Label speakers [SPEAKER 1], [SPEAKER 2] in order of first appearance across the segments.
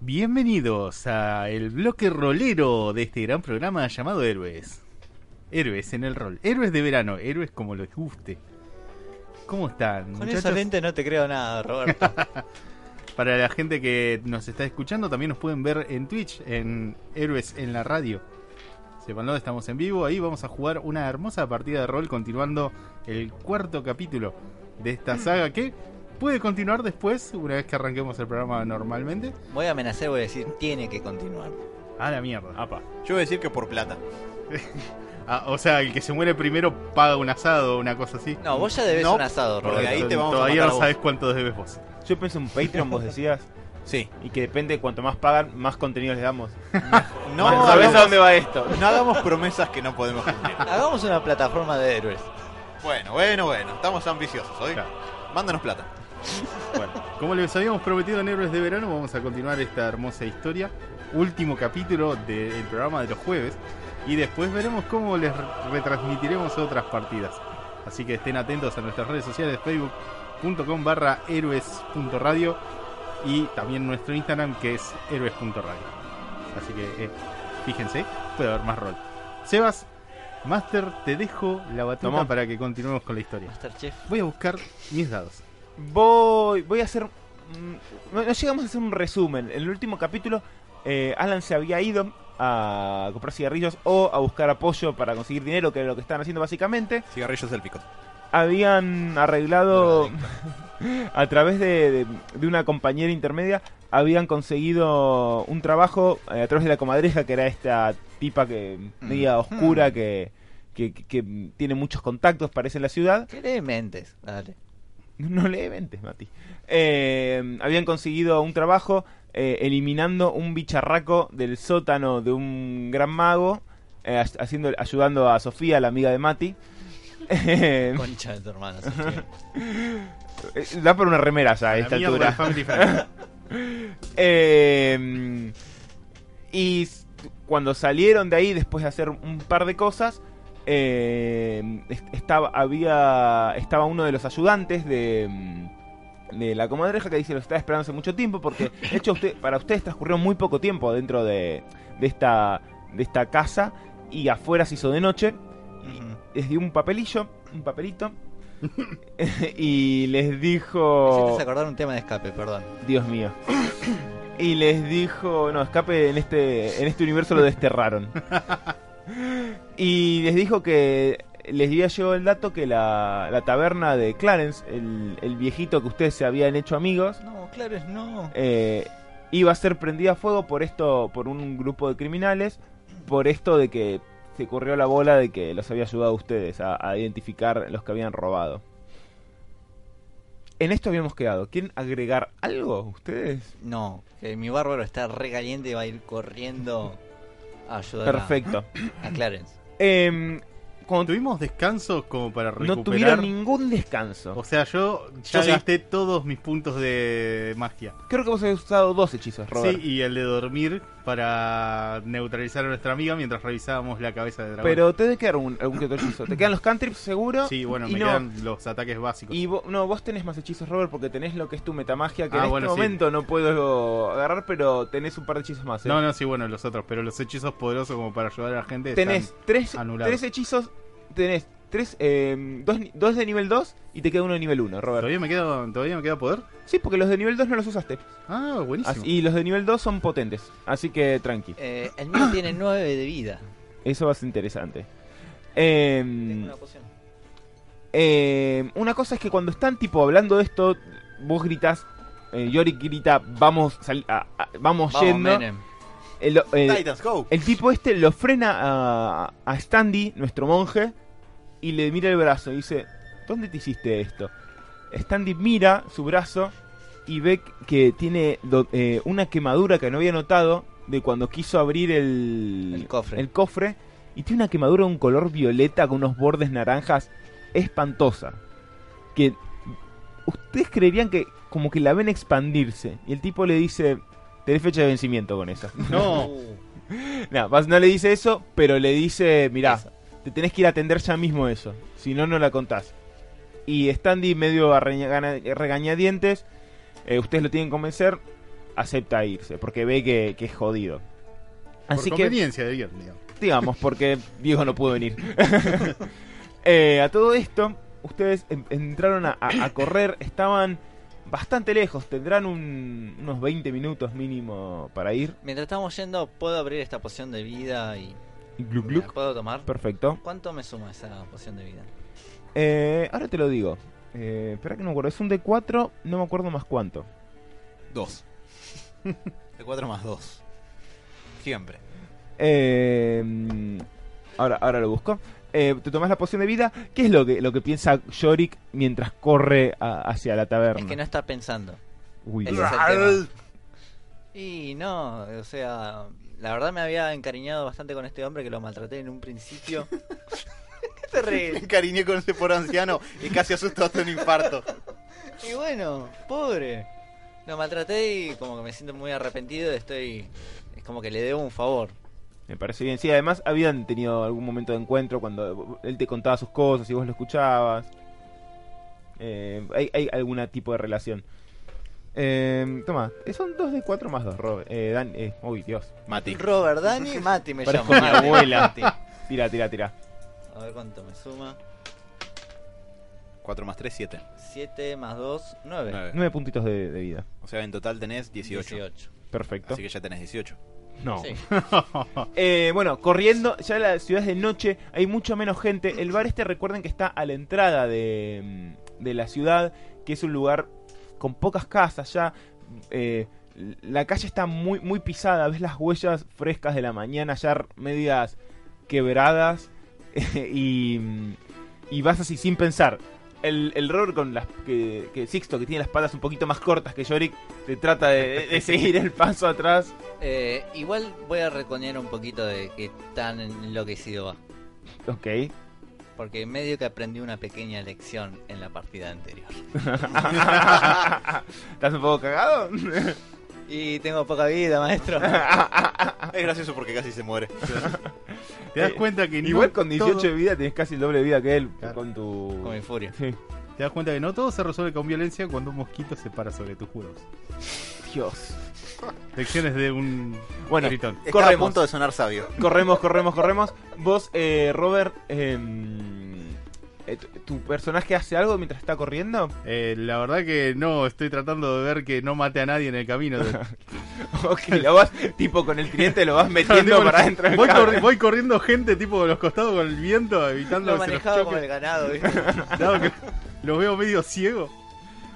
[SPEAKER 1] Bienvenidos a el bloque rolero de este gran programa llamado Héroes. Héroes en el rol. Héroes de verano, héroes como les guste. ¿Cómo están,
[SPEAKER 2] Con esa lente no te creo nada, Roberto.
[SPEAKER 1] Para la gente que nos está escuchando, también nos pueden ver en Twitch, en Héroes en la radio. Sepanlo, estamos en vivo. Ahí vamos a jugar una hermosa partida de rol continuando el cuarto capítulo de
[SPEAKER 2] Mm.
[SPEAKER 1] esta saga que puede continuar después, una vez que arranquemos el programa normalmente.
[SPEAKER 2] Voy a amenazar, voy a decir, tiene que continuar.
[SPEAKER 1] A la mierda. Apa.
[SPEAKER 3] Yo voy a decir que por plata.
[SPEAKER 1] Ah, o sea, el que se muere primero paga un asado o una cosa así.
[SPEAKER 2] No, vos ya debes
[SPEAKER 3] No,
[SPEAKER 2] un asado,
[SPEAKER 3] porque
[SPEAKER 2] Roberto.
[SPEAKER 3] ahí te vamos a
[SPEAKER 1] Todavía
[SPEAKER 3] matar a
[SPEAKER 1] no
[SPEAKER 3] vos.
[SPEAKER 1] sabes cuánto debes vos.
[SPEAKER 4] Yo pensé en Patreon, vos decías,
[SPEAKER 3] Sí.
[SPEAKER 4] y que depende, cuanto más pagan, más contenido les damos.
[SPEAKER 3] No,
[SPEAKER 4] Bueno, ¿Sabés a
[SPEAKER 3] hagamos,
[SPEAKER 4] dónde va esto?
[SPEAKER 3] no hagamos promesas que no podemos cumplir.
[SPEAKER 2] Hagamos una plataforma de héroes.
[SPEAKER 3] Bueno, bueno, bueno. Estamos ambiciosos hoy.
[SPEAKER 1] Claro.
[SPEAKER 3] Mándanos plata.
[SPEAKER 1] Bueno, como les habíamos prometido en Héroes de Verano, vamos a continuar esta hermosa historia. Último capítulo del programa de los jueves. Y después veremos cómo les re- retransmitiremos otras partidas. Así que estén atentos a nuestras redes sociales, facebook.com barra héroes.radio y también nuestro Instagram que es héroes.radio. Así que eh, fíjense, puede haber más rol. Sebas, Master, te dejo la batuta
[SPEAKER 4] Tomó.
[SPEAKER 1] para que continuemos con la historia.
[SPEAKER 2] Masterchef.
[SPEAKER 1] Voy a buscar mis dados.
[SPEAKER 4] Voy, voy a hacer. mm, No, no llegamos a hacer un resumen. En el último capítulo, eh, Alan se había ido a comprar cigarrillos o a buscar apoyo para conseguir dinero, que es lo que están haciendo básicamente.
[SPEAKER 3] Cigarrillos del pico.
[SPEAKER 4] Habían arreglado a través de, de- de una compañera intermedia, habían conseguido un trabajo eh, a través de la comadreja, que era esta tipa que
[SPEAKER 3] Mm.
[SPEAKER 4] media oscura que, que- que- que tiene muchos contactos, parece en la ciudad.
[SPEAKER 2] ¿Qué le mentes? Dale.
[SPEAKER 4] No lee mentes, Mati. Eh, habían conseguido un trabajo eh, eliminando un bicharraco del sótano de un gran mago, eh, as- haciendo, ayudando a Sofía, la amiga de Mati. Eh,
[SPEAKER 2] Concha de tu hermana. Sofía.
[SPEAKER 4] eh, da por una remera ya a
[SPEAKER 1] La
[SPEAKER 4] esta
[SPEAKER 1] mierda de
[SPEAKER 4] altura.
[SPEAKER 1] Family Friends.
[SPEAKER 4] Eh, y s- cuando salieron de ahí, después de hacer un par de cosas, eh, est- estaba, había, estaba uno de los ayudantes de, mm, de la comadreja que dice lo está esperando hace mucho tiempo, porque de hecho usted, para ustedes transcurrió muy poco tiempo dentro de, de esta, de esta casa y afuera se hizo de noche.
[SPEAKER 2] Ujú.
[SPEAKER 4] Les dio un papelillo, un papelito, y les
[SPEAKER 2] Me
[SPEAKER 4] dijo...
[SPEAKER 3] Oh.
[SPEAKER 2] hiciste acordar un tema de escape, perdón.
[SPEAKER 4] Dios mío. Y les dijo, no, escape en este, en este universo lo desterraron. Y les dijo que les había llegado el dato que la, la taberna de Clarence, el, el viejito que ustedes se habían hecho amigos,
[SPEAKER 2] No, claro, es no.
[SPEAKER 4] eh, iba a ser prendida a fuego por esto, por un grupo de criminales, por esto de que se corrió la bola de que los había ayudado a ustedes a, a identificar los que habían robado. En esto habíamos quedado. ¿Quieren agregar algo ustedes?
[SPEAKER 2] No, que mi bárbaro está re caliente y va a ir corriendo a ayudar a-
[SPEAKER 4] Perfecto.
[SPEAKER 2] a Clarence.
[SPEAKER 4] Em, cuando
[SPEAKER 1] Tuvimos descansos como para recuperar.
[SPEAKER 4] no tuvieron ningún descanso.
[SPEAKER 1] O sea, yo ya
[SPEAKER 4] Yo
[SPEAKER 1] gasté todos mis puntos de magia.
[SPEAKER 4] Creo que vos habéis usado dos hechizos, Robert.
[SPEAKER 1] Sí, y el de dormir para neutralizar a nuestra amiga mientras revisábamos la cabeza de dragón.
[SPEAKER 4] pero te debe quedar un, algún que otro hechizo. Te quedan los cantrips seguro.
[SPEAKER 1] sí, bueno,
[SPEAKER 4] y
[SPEAKER 1] me
[SPEAKER 4] no-
[SPEAKER 1] quedan los ataques básicos.
[SPEAKER 4] Y vo- no, vos tenés más hechizos, Robert, porque tenés lo que es tu metamagia, que
[SPEAKER 1] Ah,
[SPEAKER 4] en
[SPEAKER 1] bueno, sí.
[SPEAKER 4] este momento no puedo agarrar, pero tenés un par de hechizos más. ¿eh?
[SPEAKER 1] No, no, sí, bueno, los otros, pero los hechizos poderosos como para ayudar a la gente están-
[SPEAKER 4] tenés tres,
[SPEAKER 1] anulados.
[SPEAKER 4] tres hechizos, tenés tres, eh, dos, ni- dos de nivel 2 y te queda uno de nivel 1, Robert.
[SPEAKER 1] ¿Todavía me, queda, ¿Todavía me queda poder?
[SPEAKER 4] Sí, porque los de nivel 2 no los usaste.
[SPEAKER 1] Ah, buenísimo.
[SPEAKER 4] Así- y los de nivel 2 son potentes, así que tranqui.
[SPEAKER 2] Eh, el mío tiene nueve de vida.
[SPEAKER 4] Eso va a ser interesante. Em,
[SPEAKER 3] Mm.
[SPEAKER 2] Tengo una poción.
[SPEAKER 4] Eh, una cosa es que cuando están tipo hablando de esto, vos gritás eh, Yorick grita, vamos, sal- a- a- vamos,
[SPEAKER 2] Vamos,
[SPEAKER 4] yendo.
[SPEAKER 2] Menem.
[SPEAKER 4] El, el-
[SPEAKER 3] Titans Go.
[SPEAKER 4] el tipo este lo frena a, a Standy, nuestro monje, y le mira el brazo y dice, ¿dónde te hiciste esto? Standy mira su brazo y ve que tiene do- eh, una quemadura que no había notado de cuando quiso abrir el,
[SPEAKER 2] El cofre.
[SPEAKER 4] el cofre, y tiene una quemadura de un color violeta con unos bordes naranjas espantosa. Que ustedes creerían que como que la ven expandirse. Y el tipo le dice, tenés fecha de vencimiento con esa.
[SPEAKER 1] No,
[SPEAKER 2] Uh.
[SPEAKER 4] No, Buzz no le dice eso, pero le dice, mirá,
[SPEAKER 2] Eso.
[SPEAKER 4] te tenés que ir a atender ya mismo eso, si no, no la contás. Y Standy, medio a reña- gana- regañadientes, eh, ustedes lo tienen que convencer, acepta irse, porque ve que, que es jodido. Así
[SPEAKER 1] por
[SPEAKER 4] que
[SPEAKER 1] conveniencia de guión, digamos.
[SPEAKER 4] digamos, porque Diego no pudo venir. Eh, a todo esto, ustedes en- entraron a, a- a correr, estaban bastante lejos, tendrán un- unos 20 minutos mínimo para ir.
[SPEAKER 2] Mientras estamos yendo, puedo abrir esta poción de vida y.
[SPEAKER 4] Gluc,
[SPEAKER 2] ¿La
[SPEAKER 4] gluc.
[SPEAKER 2] puedo tomar?
[SPEAKER 4] Perfecto.
[SPEAKER 2] ¿Cuánto me suma esa poción de vida?
[SPEAKER 4] Eh, ahora te lo digo. Eh, espera que no me acuerdo. Es un D4, no me acuerdo más cuánto.
[SPEAKER 3] Dos. De cuatro más dos. Siempre.
[SPEAKER 4] Eh, mm, ahora, ahora lo busco. Eh, te tomas la poción de vida. ¿Qué es lo que, lo que piensa Yorick mientras corre a- hacia la taberna?
[SPEAKER 2] Es que no está pensando.
[SPEAKER 4] Uy,
[SPEAKER 2] Ese
[SPEAKER 4] Dios.
[SPEAKER 2] es el tema. Y no, o sea, la verdad me había encariñado bastante con este hombre que lo maltraté en un principio. ¿Qué te
[SPEAKER 3] Me
[SPEAKER 2] reís?
[SPEAKER 3] encariñé con ese pobre anciano y casi asustó hasta un infarto.
[SPEAKER 2] Y bueno, pobre. Lo maltraté y como que me siento muy arrepentido. Estoy. Es como que le debo un favor.
[SPEAKER 4] Me parece bien. Sí, además habían tenido algún momento de encuentro cuando él te contaba sus cosas y vos lo escuchabas. Eh, hay, hay algún tipo de relación. Eh, toma, son 2 de 4 más 2, Robert. Eh, Dan- eh, uy, Dios.
[SPEAKER 3] Mati.
[SPEAKER 2] Robert Dani Mati me
[SPEAKER 4] Parezco
[SPEAKER 2] llama.
[SPEAKER 4] mi
[SPEAKER 2] Mati,
[SPEAKER 4] abuela.
[SPEAKER 2] Mati.
[SPEAKER 4] Tira, tira, tira.
[SPEAKER 2] A ver cuánto me suma.
[SPEAKER 3] 4 más 3, 7.
[SPEAKER 2] 7 más 2, 9.
[SPEAKER 3] 9.
[SPEAKER 4] 9 puntitos de, de vida.
[SPEAKER 3] O sea, en total tenés 18.
[SPEAKER 4] Perfecto.
[SPEAKER 3] Así que ya tenés 18.
[SPEAKER 4] No.
[SPEAKER 2] Sí.
[SPEAKER 4] Eh, bueno, corriendo, ya la ciudad es de noche, hay mucho menos gente. El bar este recuerden que está a la entrada de, mm, de la ciudad, que es un lugar con pocas casas ya. Eh, la calle está muy, muy pisada, ves las huellas frescas de la mañana, ya medias quebradas. y, mm, y vas así sin pensar. El, el Robert con las que, que Sixto, que tiene las patas un poquito más cortas que Yorick, te trata de- de seguir el paso atrás.
[SPEAKER 2] Eh, igual voy a reconear un poquito de qué tan enloquecido va.
[SPEAKER 4] Ok,
[SPEAKER 2] Porque medio que aprendí una pequeña lección en la partida anterior.
[SPEAKER 4] ¿Estás un poco cagado?
[SPEAKER 2] Y tengo poca vida, maestro. Ah.
[SPEAKER 3] Es gracioso porque casi se muere.
[SPEAKER 1] Te das cuenta que no
[SPEAKER 4] Eh, Igual con 18 de
[SPEAKER 1] todo-
[SPEAKER 4] vida tenés casi el doble de vida que él
[SPEAKER 1] Claro.
[SPEAKER 4] con tu...
[SPEAKER 2] Con mi furia.
[SPEAKER 4] Sí.
[SPEAKER 1] Te das cuenta que no todo se resuelve con violencia cuando un mosquito se para sobre tus juegos.
[SPEAKER 4] Dios.
[SPEAKER 1] Lecciones de un
[SPEAKER 4] Bueno, eh,
[SPEAKER 1] gritón.
[SPEAKER 3] Está a
[SPEAKER 4] Corremos.
[SPEAKER 3] punto de sonar sabio.
[SPEAKER 4] Corremos, corremos, corremos. Vos, eh, Robert, eh, eh, tu- ¿tu personaje hace algo mientras está corriendo?
[SPEAKER 1] Eh, la verdad que no, estoy tratando de ver que no mate a nadie en el camino.
[SPEAKER 4] ¿O que lo vas, tipo, con el cliente lo vas metiendo para adentro? del
[SPEAKER 1] voy,
[SPEAKER 4] carro?
[SPEAKER 1] corri- voy corriendo gente tipo de los costados con el viento, evitando
[SPEAKER 2] Lo
[SPEAKER 1] que se los
[SPEAKER 2] manejaba como
[SPEAKER 1] choque,
[SPEAKER 2] el ganado, ¿viste?
[SPEAKER 1] dado que los veo medio ciego.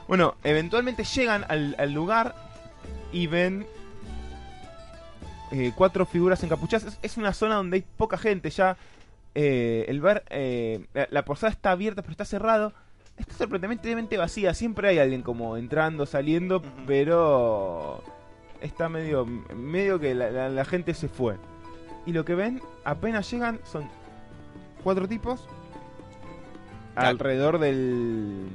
[SPEAKER 4] Bueno, eventualmente llegan al, al lugar y ven eh, cuatro figuras encapuchadas. Es, es una zona donde hay poca gente ya. Eh, el bar, eh, la, la posada está abierta pero está cerrado. Está sorprendentemente vacía. Siempre hay alguien como entrando, saliendo,
[SPEAKER 2] Ujú.
[SPEAKER 4] pero está medio, medio que la, la- la gente se fue. Y lo que ven apenas llegan son cuatro tipos
[SPEAKER 3] Ah.
[SPEAKER 4] alrededor del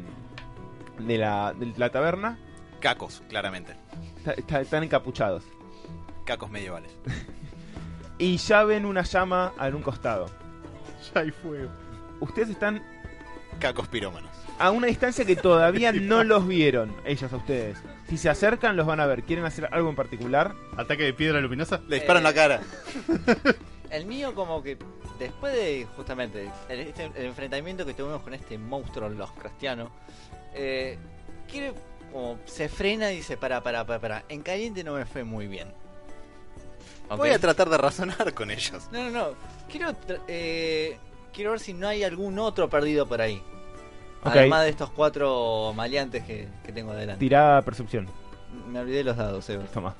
[SPEAKER 4] de la, de la taberna
[SPEAKER 3] Cacos, claramente.
[SPEAKER 4] está- está- están encapuchados.
[SPEAKER 3] Cacos medievales.
[SPEAKER 4] Y ya ven una llama a un costado.
[SPEAKER 1] Ya hay fuego.
[SPEAKER 4] Ustedes están
[SPEAKER 3] Cacos pirómanos.
[SPEAKER 4] a una distancia que todavía no los vieron, ellos a ustedes. Si se acercan, los van a ver. ¿Quieren hacer algo en particular?
[SPEAKER 1] Ataque de piedra luminosa.
[SPEAKER 3] Le disparan
[SPEAKER 2] Eh.
[SPEAKER 3] la cara.
[SPEAKER 2] El mío como que después de justamente el, este- el enfrentamiento que tuvimos con este monstruo los cristianos, eh, quiere como se frena y dice para para para para. En caliente no me fue muy bien. ¿Ok?
[SPEAKER 3] Voy a tratar de razonar con ellos.
[SPEAKER 2] no no no. Quiero tra- eh, quiero ver si no hay algún otro perdido por ahí.
[SPEAKER 4] Ok.
[SPEAKER 2] Además de estos cuatro maleantes que, que tengo adelante.
[SPEAKER 4] Tirada percepción.
[SPEAKER 2] Me olvidé los dados, Sebas.
[SPEAKER 4] Toma.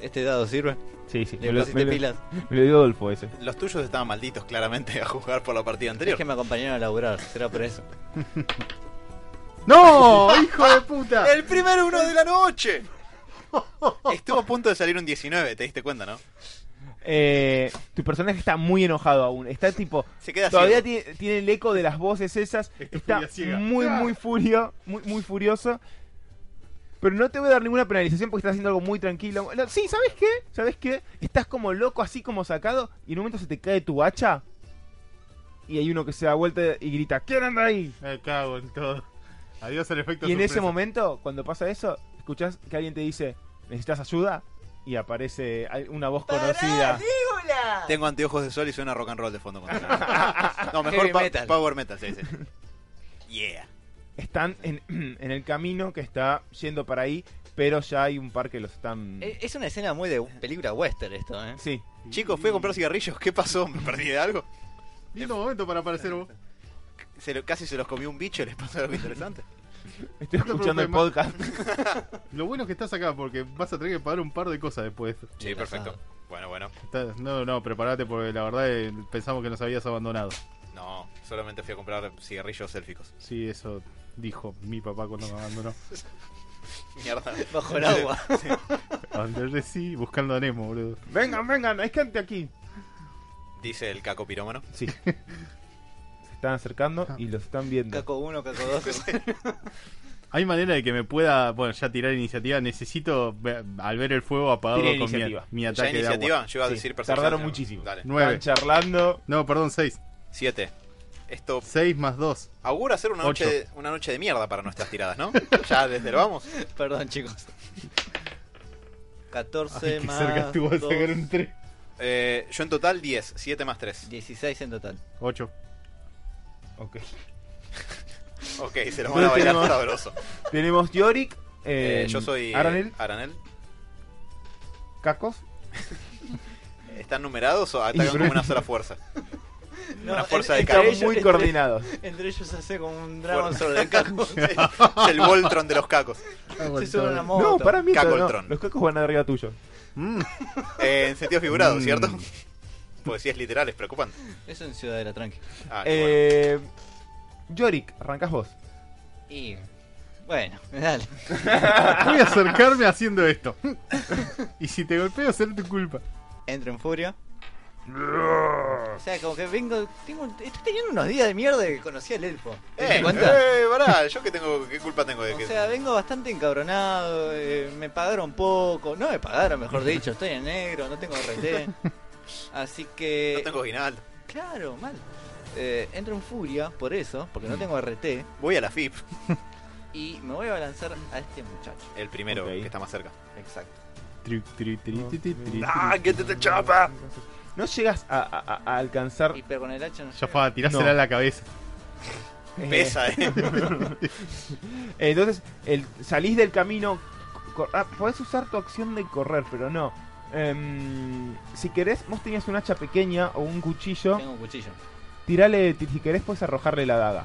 [SPEAKER 2] ¿Este dado sirve?
[SPEAKER 4] Sí, sí.
[SPEAKER 2] Le
[SPEAKER 4] me lo-
[SPEAKER 2] pusiste
[SPEAKER 4] me lo-
[SPEAKER 2] pilas.
[SPEAKER 4] me lo dio Adolfo ese.
[SPEAKER 3] Los tuyos estaban malditos, claramente, a jugar por la partida anterior.
[SPEAKER 2] Es que me acompañaron a laburar, será por eso.
[SPEAKER 1] ¡No! ¡Hijo de puta!
[SPEAKER 3] Ah. ¡El primer uno de la noche! Estuvo a punto de salir un 19, te diste cuenta, ¿no?
[SPEAKER 4] Eh, tu personaje está muy enojado aún. Está tipo.
[SPEAKER 3] Se queda
[SPEAKER 4] Todavía
[SPEAKER 3] ciego.
[SPEAKER 4] tiene, tiene el eco de las voces esas.
[SPEAKER 1] Estoy
[SPEAKER 4] Está
[SPEAKER 1] furia ciega. Ah.
[SPEAKER 4] muy, muy furio. Muy, muy furioso. Pero no te voy a dar ninguna penalización porque estás haciendo algo muy tranquilo. No, sí, ¿sabes qué? ¿Sabes qué? Estás como loco, así como sacado. Y en un momento se te cae tu hacha. Y hay uno que se da vuelta y grita: ¿Quién anda ahí?
[SPEAKER 1] Me cago en todo. Adiós al efecto
[SPEAKER 4] Y en ese
[SPEAKER 1] sorpresa.
[SPEAKER 4] momento, cuando pasa eso, escuchás que alguien te dice: ¿Necesitas ayuda? Y aparece al- una voz conocida.
[SPEAKER 3] Tengo anteojos de sol y suena rock and roll de fondo. cuando suena. no, mejor
[SPEAKER 2] Heavy
[SPEAKER 3] pa-
[SPEAKER 2] metal.
[SPEAKER 3] power metal, se dice. Yeah.
[SPEAKER 4] están en, en el camino que está yendo para ahí, pero ya hay un par que los están...
[SPEAKER 2] Eh, Es una escena muy de película western esto, ¿eh?
[SPEAKER 4] Sí.
[SPEAKER 3] Chicos, fui a comprar cigarrillos. ¿Qué pasó? ¿Me perdí de algo?
[SPEAKER 1] Lindo momento para aparecer vos.
[SPEAKER 3] Se lo- casi se los comió un bicho, les pasó algo interesante.
[SPEAKER 4] Estoy
[SPEAKER 1] No te
[SPEAKER 4] escuchando el
[SPEAKER 1] preocupes,
[SPEAKER 4] podcast.
[SPEAKER 1] Lo bueno es que estás acá porque vas a tener que pagar un par de cosas después.
[SPEAKER 3] Sí, perfecto. Bueno, bueno.
[SPEAKER 1] Estás- No, no, prepárate porque la verdad eh, pensamos que nos habías abandonado.
[SPEAKER 3] No, solamente fui a comprar cigarrillos élficos.
[SPEAKER 1] Sí, eso dijo mi papá cuando me abandonó.
[SPEAKER 3] Mierda.
[SPEAKER 2] Bajo el agua.
[SPEAKER 1] Under the sea, buscando a Nemo, boludo.
[SPEAKER 4] vengan, vengan, hay gente aquí.
[SPEAKER 3] Dice el caco pirómano.
[SPEAKER 4] Sí. Se están acercando y los están viendo.
[SPEAKER 2] Caco 1, Caco 2.
[SPEAKER 1] Hay manera de que me pueda, bueno, ya tirar iniciativa. Necesito, ve- al ver el fuego apagado
[SPEAKER 4] Tira
[SPEAKER 1] con mi,
[SPEAKER 4] iniciativa.
[SPEAKER 1] mi
[SPEAKER 3] ¿Ya
[SPEAKER 1] ataque de agua.
[SPEAKER 3] iniciativa? Yo iba a
[SPEAKER 4] Sí,
[SPEAKER 3] decir percepción.
[SPEAKER 4] tardaron
[SPEAKER 3] pero-
[SPEAKER 4] muchísimo.
[SPEAKER 3] Dale.
[SPEAKER 4] Están
[SPEAKER 1] Nueve.
[SPEAKER 4] charlando.
[SPEAKER 1] No, perdón, seis.
[SPEAKER 3] 7. Esto
[SPEAKER 1] Seis más dos.
[SPEAKER 3] augura ser una noche, de,
[SPEAKER 1] Ocho.
[SPEAKER 3] una noche de mierda para nuestras tiradas, ¿no? ya desde lo vamos.
[SPEAKER 2] Perdón, chicos. 14
[SPEAKER 1] Ay, qué
[SPEAKER 2] más.
[SPEAKER 1] cerca estuvo de
[SPEAKER 2] dos,
[SPEAKER 1] sacar un tres.
[SPEAKER 3] Eh, yo en total 10, 7 más 3.
[SPEAKER 2] 16 en total.
[SPEAKER 1] Ocho.
[SPEAKER 4] Ok.
[SPEAKER 3] Ok, se lo van a
[SPEAKER 4] No
[SPEAKER 3] bailar
[SPEAKER 4] tenemos-
[SPEAKER 3] sabroso.
[SPEAKER 4] Tenemos Yorick.
[SPEAKER 3] Eh,
[SPEAKER 4] eh,
[SPEAKER 3] yo soy eh,
[SPEAKER 4] Aranel, Cacos.
[SPEAKER 3] ¿Están numerados o atacan
[SPEAKER 4] pero-
[SPEAKER 3] como una sola fuerza? Una fuerza de
[SPEAKER 4] Están
[SPEAKER 3] Entre
[SPEAKER 4] muy coordinados.
[SPEAKER 2] Entre ellos hace como un drama sobre el Caco. Se
[SPEAKER 3] el Voltron de los cacos.
[SPEAKER 2] sube una moto.
[SPEAKER 4] No, para mí.
[SPEAKER 3] Caco
[SPEAKER 4] no,
[SPEAKER 3] el tron.
[SPEAKER 4] Los cacos van arriba tuyo.
[SPEAKER 1] Mm.
[SPEAKER 3] Eh, en sentido figurado,
[SPEAKER 1] Mm.
[SPEAKER 3] ¿cierto? Pues si es literal, es preocupante.
[SPEAKER 2] Eso en Ciudadela, tranqui.
[SPEAKER 3] Ah, qué
[SPEAKER 4] Eh, Yorick, arrancás vos.
[SPEAKER 2] Y. Bueno, dale.
[SPEAKER 1] Voy a acercarme haciendo esto. y si te golpeo, será tu culpa.
[SPEAKER 2] Entro en furia. O sea, como que vengo. Tengo, estoy teniendo unos días de mierda que conocí al elfo. ¿Te das
[SPEAKER 3] bueno. Eh,
[SPEAKER 2] cuenta?
[SPEAKER 3] eh, pará, yo que tengo, ¿qué culpa tengo de
[SPEAKER 2] O
[SPEAKER 3] que
[SPEAKER 2] sea, vengo bastante encabronado. eh, me pagaron poco. No me pagaron, mejor dicho. Estoy en negro, no tengo RT. Así que.
[SPEAKER 3] no tengo guinaldo?
[SPEAKER 2] Claro, mal. Eh, entro en furia por eso, porque no
[SPEAKER 1] Mm.
[SPEAKER 2] tengo RT.
[SPEAKER 3] Voy a la FIP,
[SPEAKER 2] Y me voy a balanzar a este muchacho.
[SPEAKER 3] el primero
[SPEAKER 4] Ok.
[SPEAKER 3] que está más cerca.
[SPEAKER 2] Exacto.
[SPEAKER 1] Tri, tri, tri, tri, tri, tri.
[SPEAKER 3] ¡Ah, que te chapa!
[SPEAKER 4] No llegas a, a- a alcanzar. Eh,
[SPEAKER 2] Y pero con el hacha no
[SPEAKER 1] Ah. Ya
[SPEAKER 2] llega.
[SPEAKER 1] fue, tirásela
[SPEAKER 4] No.
[SPEAKER 1] a la cabeza.
[SPEAKER 3] Pesa, eh.
[SPEAKER 4] Eh, Entonces, el, salís del camino. cor- ah, podés usar tu acción de correr, pero no. Em, si querés, vos tenías un hacha pequeña o un cuchillo.
[SPEAKER 2] Tengo un cuchillo.
[SPEAKER 4] Tirale, ti- si querés, puedes arrojarle la daga.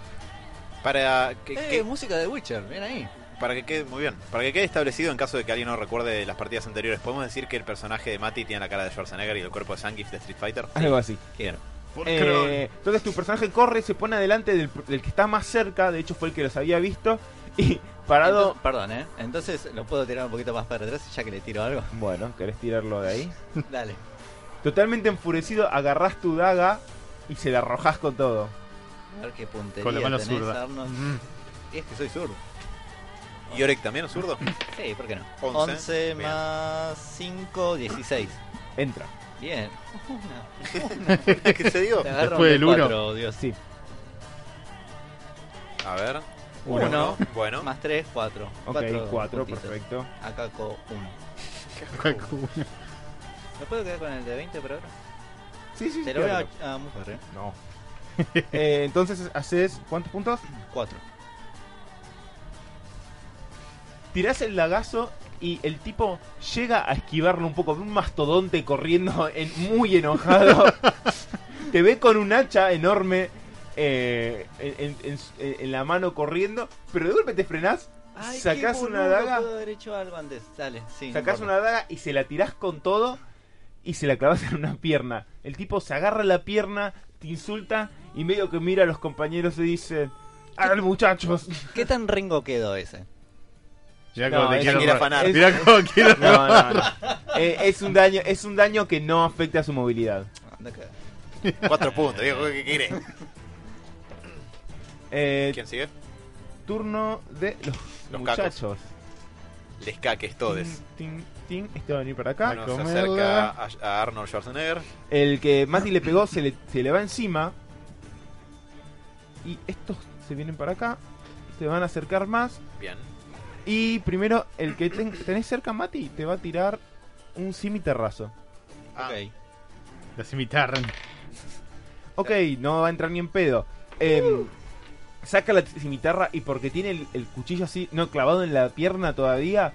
[SPEAKER 3] Para que,
[SPEAKER 2] eh,
[SPEAKER 3] que-
[SPEAKER 2] música de Witcher, ven ahí.
[SPEAKER 3] Para que quede muy bien, para que quede establecido en caso de que alguien no recuerde las partidas anteriores, podemos decir que el personaje de Mati tiene la cara de Schwarzenegger y el cuerpo de Zangief de Street Fighter.
[SPEAKER 4] Algo así.
[SPEAKER 3] Bien.
[SPEAKER 4] Eh, entonces, tu personaje corre, se pone adelante del, del que está más cerca. De hecho, fue el que los había visto. Y parado.
[SPEAKER 2] Entonces- perdón, ¿eh? Entonces lo puedo tirar un poquito más para atrás ya que le tiro algo.
[SPEAKER 4] Bueno, querés tirarlo de ahí.
[SPEAKER 2] Dale.
[SPEAKER 4] Totalmente enfurecido, agarrás tu daga y se la arrojás con todo.
[SPEAKER 2] A ver qué puntería
[SPEAKER 1] Con la mano
[SPEAKER 2] tenés,
[SPEAKER 1] zurda.
[SPEAKER 2] Arnold.
[SPEAKER 1] Mm.
[SPEAKER 2] Y es que soy zurdo.
[SPEAKER 3] Yorek también, zurdo.
[SPEAKER 2] Sí, ¿por qué no?
[SPEAKER 3] Once.
[SPEAKER 2] 11,
[SPEAKER 3] Bien.
[SPEAKER 2] más 5, 16.
[SPEAKER 4] Entra.
[SPEAKER 2] Bien. Una.
[SPEAKER 3] ¿Qué se dio?
[SPEAKER 2] Te agarro
[SPEAKER 1] Después
[SPEAKER 2] un
[SPEAKER 1] del uno.
[SPEAKER 2] D4, Dios.
[SPEAKER 4] Sí.
[SPEAKER 3] A ver.
[SPEAKER 2] Uno.
[SPEAKER 3] Bueno.
[SPEAKER 2] Más 3, 4.
[SPEAKER 4] Ok, 4, perfecto.
[SPEAKER 2] Acá con 1. ¿Me puedo quedar con el de 20 por ahora?
[SPEAKER 4] Sí, sí,
[SPEAKER 2] Te lo voy
[SPEAKER 4] claro.
[SPEAKER 2] a, a mojar, ¿eh?
[SPEAKER 4] No. Eh, entonces haces. ¿Cuántos puntos?
[SPEAKER 2] 4.
[SPEAKER 4] Tirás el lagazo y el tipo llega a esquivarlo un poco. Ve Un mastodonte corriendo en- muy enojado. Te ve con un hacha enorme eh, en, en- en- en la mano corriendo. Pero de golpe te frenás
[SPEAKER 2] Ay,
[SPEAKER 4] Sacás
[SPEAKER 2] qué
[SPEAKER 4] una
[SPEAKER 2] boludo,
[SPEAKER 4] daga.
[SPEAKER 2] puedo haber hecho algo antes. Dale, sí. no
[SPEAKER 4] Sacás
[SPEAKER 2] importa.
[SPEAKER 4] una daga y se la tirás con todo y se la clavas en una pierna. El tipo se agarra la pierna, te insulta y medio que mira a los compañeros y dice: ¡Al muchachos!
[SPEAKER 2] ¿Qué tan ringo quedó ese?
[SPEAKER 1] Mirá
[SPEAKER 4] No,
[SPEAKER 1] cómo te
[SPEAKER 4] es-
[SPEAKER 1] quiero
[SPEAKER 3] quiere
[SPEAKER 1] robar.
[SPEAKER 3] afanar.
[SPEAKER 4] es-
[SPEAKER 1] Mirá cómo quiero
[SPEAKER 4] No, no, no. Eh, es, un daño, es un daño que no afecta a su movilidad.
[SPEAKER 2] Anda acá.
[SPEAKER 3] Cuatro puntos, Diego, ¿qué quiere?
[SPEAKER 4] Eh,
[SPEAKER 3] ¿Quién sigue?
[SPEAKER 4] turno de los,
[SPEAKER 3] Los
[SPEAKER 4] muchachos.
[SPEAKER 3] Les caques todes.
[SPEAKER 4] Tin, tin, tin. Este va a venir para acá.
[SPEAKER 3] Bueno, se
[SPEAKER 1] comerla.
[SPEAKER 3] acerca a, a Arnold Schwarzenegger.
[SPEAKER 4] El que Mati le pegó se le, se le va encima. Y estos se vienen para acá. Se van a acercar más.
[SPEAKER 3] Bien.
[SPEAKER 4] Y primero, el que ten- tenés cerca, Mati, te va a tirar un cimiterrazo.
[SPEAKER 3] Ah,
[SPEAKER 2] Ok.
[SPEAKER 1] Los imitaron.
[SPEAKER 4] Ok, no va a entrar ni en pedo. Em, saca la cimitarra y porque tiene el, el cuchillo así, no clavado en la pierna todavía,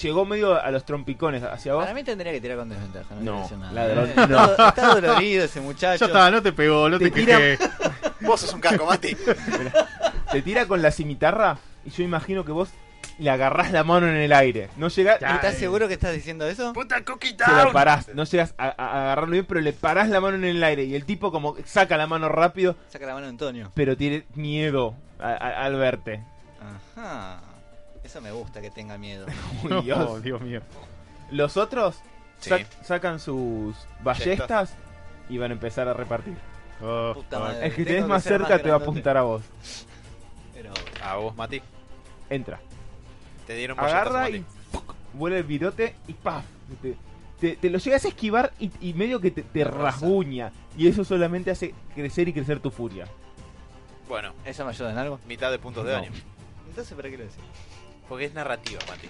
[SPEAKER 4] llegó medio a los trompicones hacia vos.
[SPEAKER 2] Para mí tendría que tirar con desventaja. No,
[SPEAKER 4] No,
[SPEAKER 2] quiero decir nada.
[SPEAKER 4] ladrón,
[SPEAKER 2] Eh,
[SPEAKER 4] no.
[SPEAKER 2] Está, está dolorido ese
[SPEAKER 1] Ya
[SPEAKER 2] muchacho.
[SPEAKER 1] está, no te pegó, no te,
[SPEAKER 4] Te tira-
[SPEAKER 1] quejé.
[SPEAKER 3] Vos sos un caco, Mati.
[SPEAKER 4] Te tira con la cimitarra y yo imagino que vos le agarrás la mano en el aire. No llegás,
[SPEAKER 1] Ya.
[SPEAKER 2] ¿Estás
[SPEAKER 1] Ay.
[SPEAKER 2] seguro que estás diciendo eso?
[SPEAKER 3] ¡Puta coquita!
[SPEAKER 4] se la parás. No llegas a, a agarrarlo bien, pero le parás la mano en el aire y el tipo como saca la mano rápido,
[SPEAKER 2] Saca la mano Antonio.
[SPEAKER 4] pero tiene miedo a- a- al verte.
[SPEAKER 2] Ajá. Eso me gusta que tenga miedo.
[SPEAKER 4] Uy,
[SPEAKER 1] No,
[SPEAKER 4] Dios.
[SPEAKER 1] Oh, Dios mío.
[SPEAKER 4] Los otros
[SPEAKER 3] Sí.
[SPEAKER 4] sac- sacan sus ballestas y van a empezar a repartir.
[SPEAKER 1] Oh,
[SPEAKER 2] Puta
[SPEAKER 1] fuck.
[SPEAKER 2] madre.
[SPEAKER 4] El que
[SPEAKER 2] Eh, Tengo
[SPEAKER 4] tenés
[SPEAKER 2] que
[SPEAKER 4] más
[SPEAKER 2] ser
[SPEAKER 4] cerca te va a
[SPEAKER 2] grandote.
[SPEAKER 4] apuntar a vos.
[SPEAKER 2] Pero,
[SPEAKER 3] A vos, Mati.
[SPEAKER 4] Entra.
[SPEAKER 3] Te dieron bolletas,
[SPEAKER 4] Agarra
[SPEAKER 3] Mati.
[SPEAKER 4] y ¡puc! vuela el virote y ¡paf! Te, te- te lo llegas a esquivar y, y medio que te, te rasguña. Y eso solamente hace crecer y crecer tu furia.
[SPEAKER 3] Bueno,
[SPEAKER 2] ¿eso me ayuda en algo?
[SPEAKER 3] mitad de puntos de
[SPEAKER 4] No.
[SPEAKER 3] daño.
[SPEAKER 2] Entonces, ¿para qué lo decís?
[SPEAKER 3] Porque es narrativa, Mati.